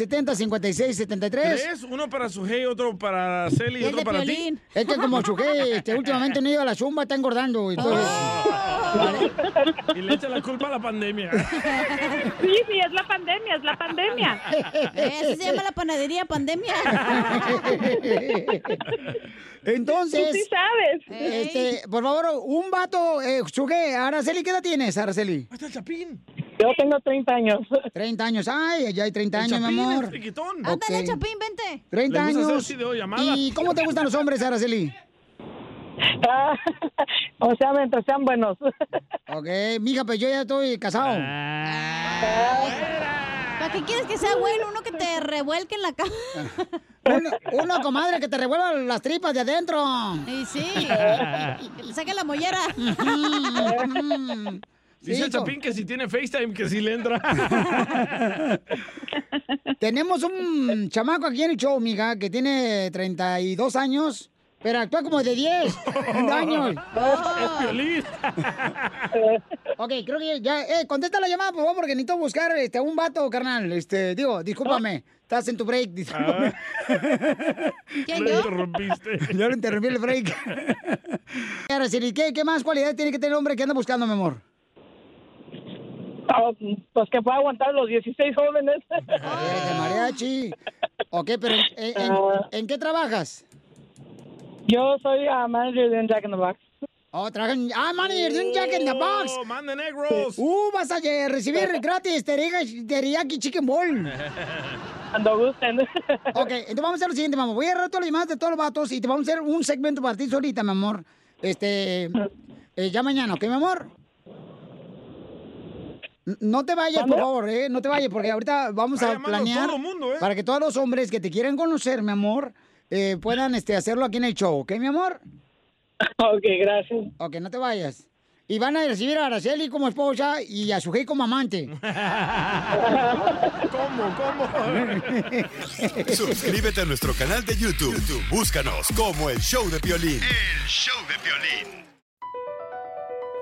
S2: 1-855-570-5673.
S4: Tres, uno para Sujei, otro para Araceli y otro para ti.
S2: Es que como Chuqué, este, últimamente no iba a la zumba, está engordando. Entonces,
S4: [LAUGHS] Y le echa la culpa a la pandemia.
S12: Sí, sí, es la pandemia, es la pandemia.
S3: Eh, así se llama la panadería
S12: [LAUGHS]
S3: pandemia.
S2: Entonces.
S3: Tú sí
S2: sabes. Este, por favor, un vato, eh, Chuqué, Araceli, ¿qué edad tienes, Araceli?
S4: Está el chapín.
S2: Yo tengo 30 años. 30 años, ay, ya hay 30 años, Este mi amor.
S3: Ándale,
S2: Ok.
S3: Chapín, vente.
S2: 30
S4: este, Le gusta hacer
S2: años.
S4: así de
S2: [LAUGHS]
S4: videollamada.
S2: ¿Y cómo te gustan los hombres, Araceli?
S27: O sea, mientras sean buenos.
S2: Ok, mija, pues yo ya estoy casado.
S4: Ah,
S3: ¿Para qué quieres que sea bueno? Uno que te revuelque en la cama.
S2: Uno, uno, comadre, que te revuelvan las tripas de adentro.
S3: Y sí.
S2: [LAUGHS]
S3: Que te saque la mollera.
S4: Dice el
S2: Mm. hijo.
S4: chapín que si tiene FaceTime, que si le entra.
S2: Tenemos un chamaco aquí en el show, mija, que tiene 32 años, pero actúa como de 10 [LAUGHS] años.
S4: Es Piolín.
S2: [LAUGHS] Ok, creo que ya. Eh, contesta la llamada, por favor, porque necesito buscar este, un vato, carnal. Este, digo, discúlpame. Estás en tu break, discúlpame.
S3: ¿Quién,
S2: yo?
S4: interrumpiste.
S2: [LAUGHS] Yo le interrumpí el break. Araceli, ¿qué, ¿qué más cualidades tiene que tener el hombre que anda buscando, mi amor?
S27: Pues que pueda aguantar los 16
S2: [LAUGHS]
S27: jóvenes.
S2: De mariachi. Ok, pero ¿en, en- en qué trabajas?
S27: Ah. Yo soy ah, manager de un Jack in the Box.
S2: Oh, trabajan. Ah, [LAUGHS] manager de un Jack in the Box.
S4: Oh, manda negros.
S2: Uh, vas a eh, recibir [LAUGHS]
S4: [LAUGHS]
S2: gratis teriyaki teriyaki chicken ball. Cuando gusten. [LAUGHS] Ok, entonces vamos a hacer lo siguiente, mamá. Voy a agarrar todas las llamadas de todos los vatos y te vamos a hacer un segmento para ti solita, mi amor. Este, eh, ya mañana, ¿ok, mi amor? N- No te vayas, por
S4: ¿Mande?
S2: favor, ¿eh? No te vayas, porque ahorita vamos a
S4: llamando
S2: planear
S4: todo el mundo, ¿eh?
S2: para que todos los hombres que te quieran conocer, mi amor, eh, puedan este, hacerlo aquí en el show, ¿ok, mi amor? [LAUGHS] Ok, gracias. Ok, no te vayas. Y van a recibir a Araceli como esposa y a Sujei como
S4: [LAUGHS]
S2: amante.
S1: [LAUGHS]
S4: ¿Cómo? ¿Cómo?
S8: Suscríbete a nuestro canal de YouTube. YouTube, Búscanos como el show de Piolín.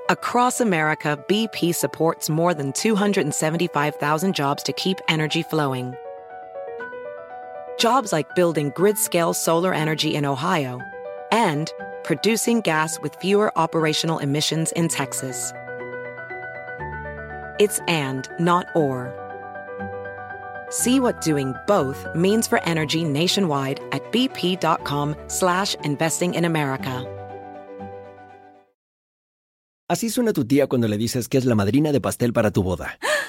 S24: Across America, BP supports more than 275,000 jobs to keep energy flowing. Jobs like building grid scale solar energy in Ohio and producing gas with fewer operational emissions in Texas. It's and, not or. See what doing both means for energy nationwide at bp.com slash investing in America.
S28: Así suena tu tía cuando le dices que es la madrina de pastel para tu boda.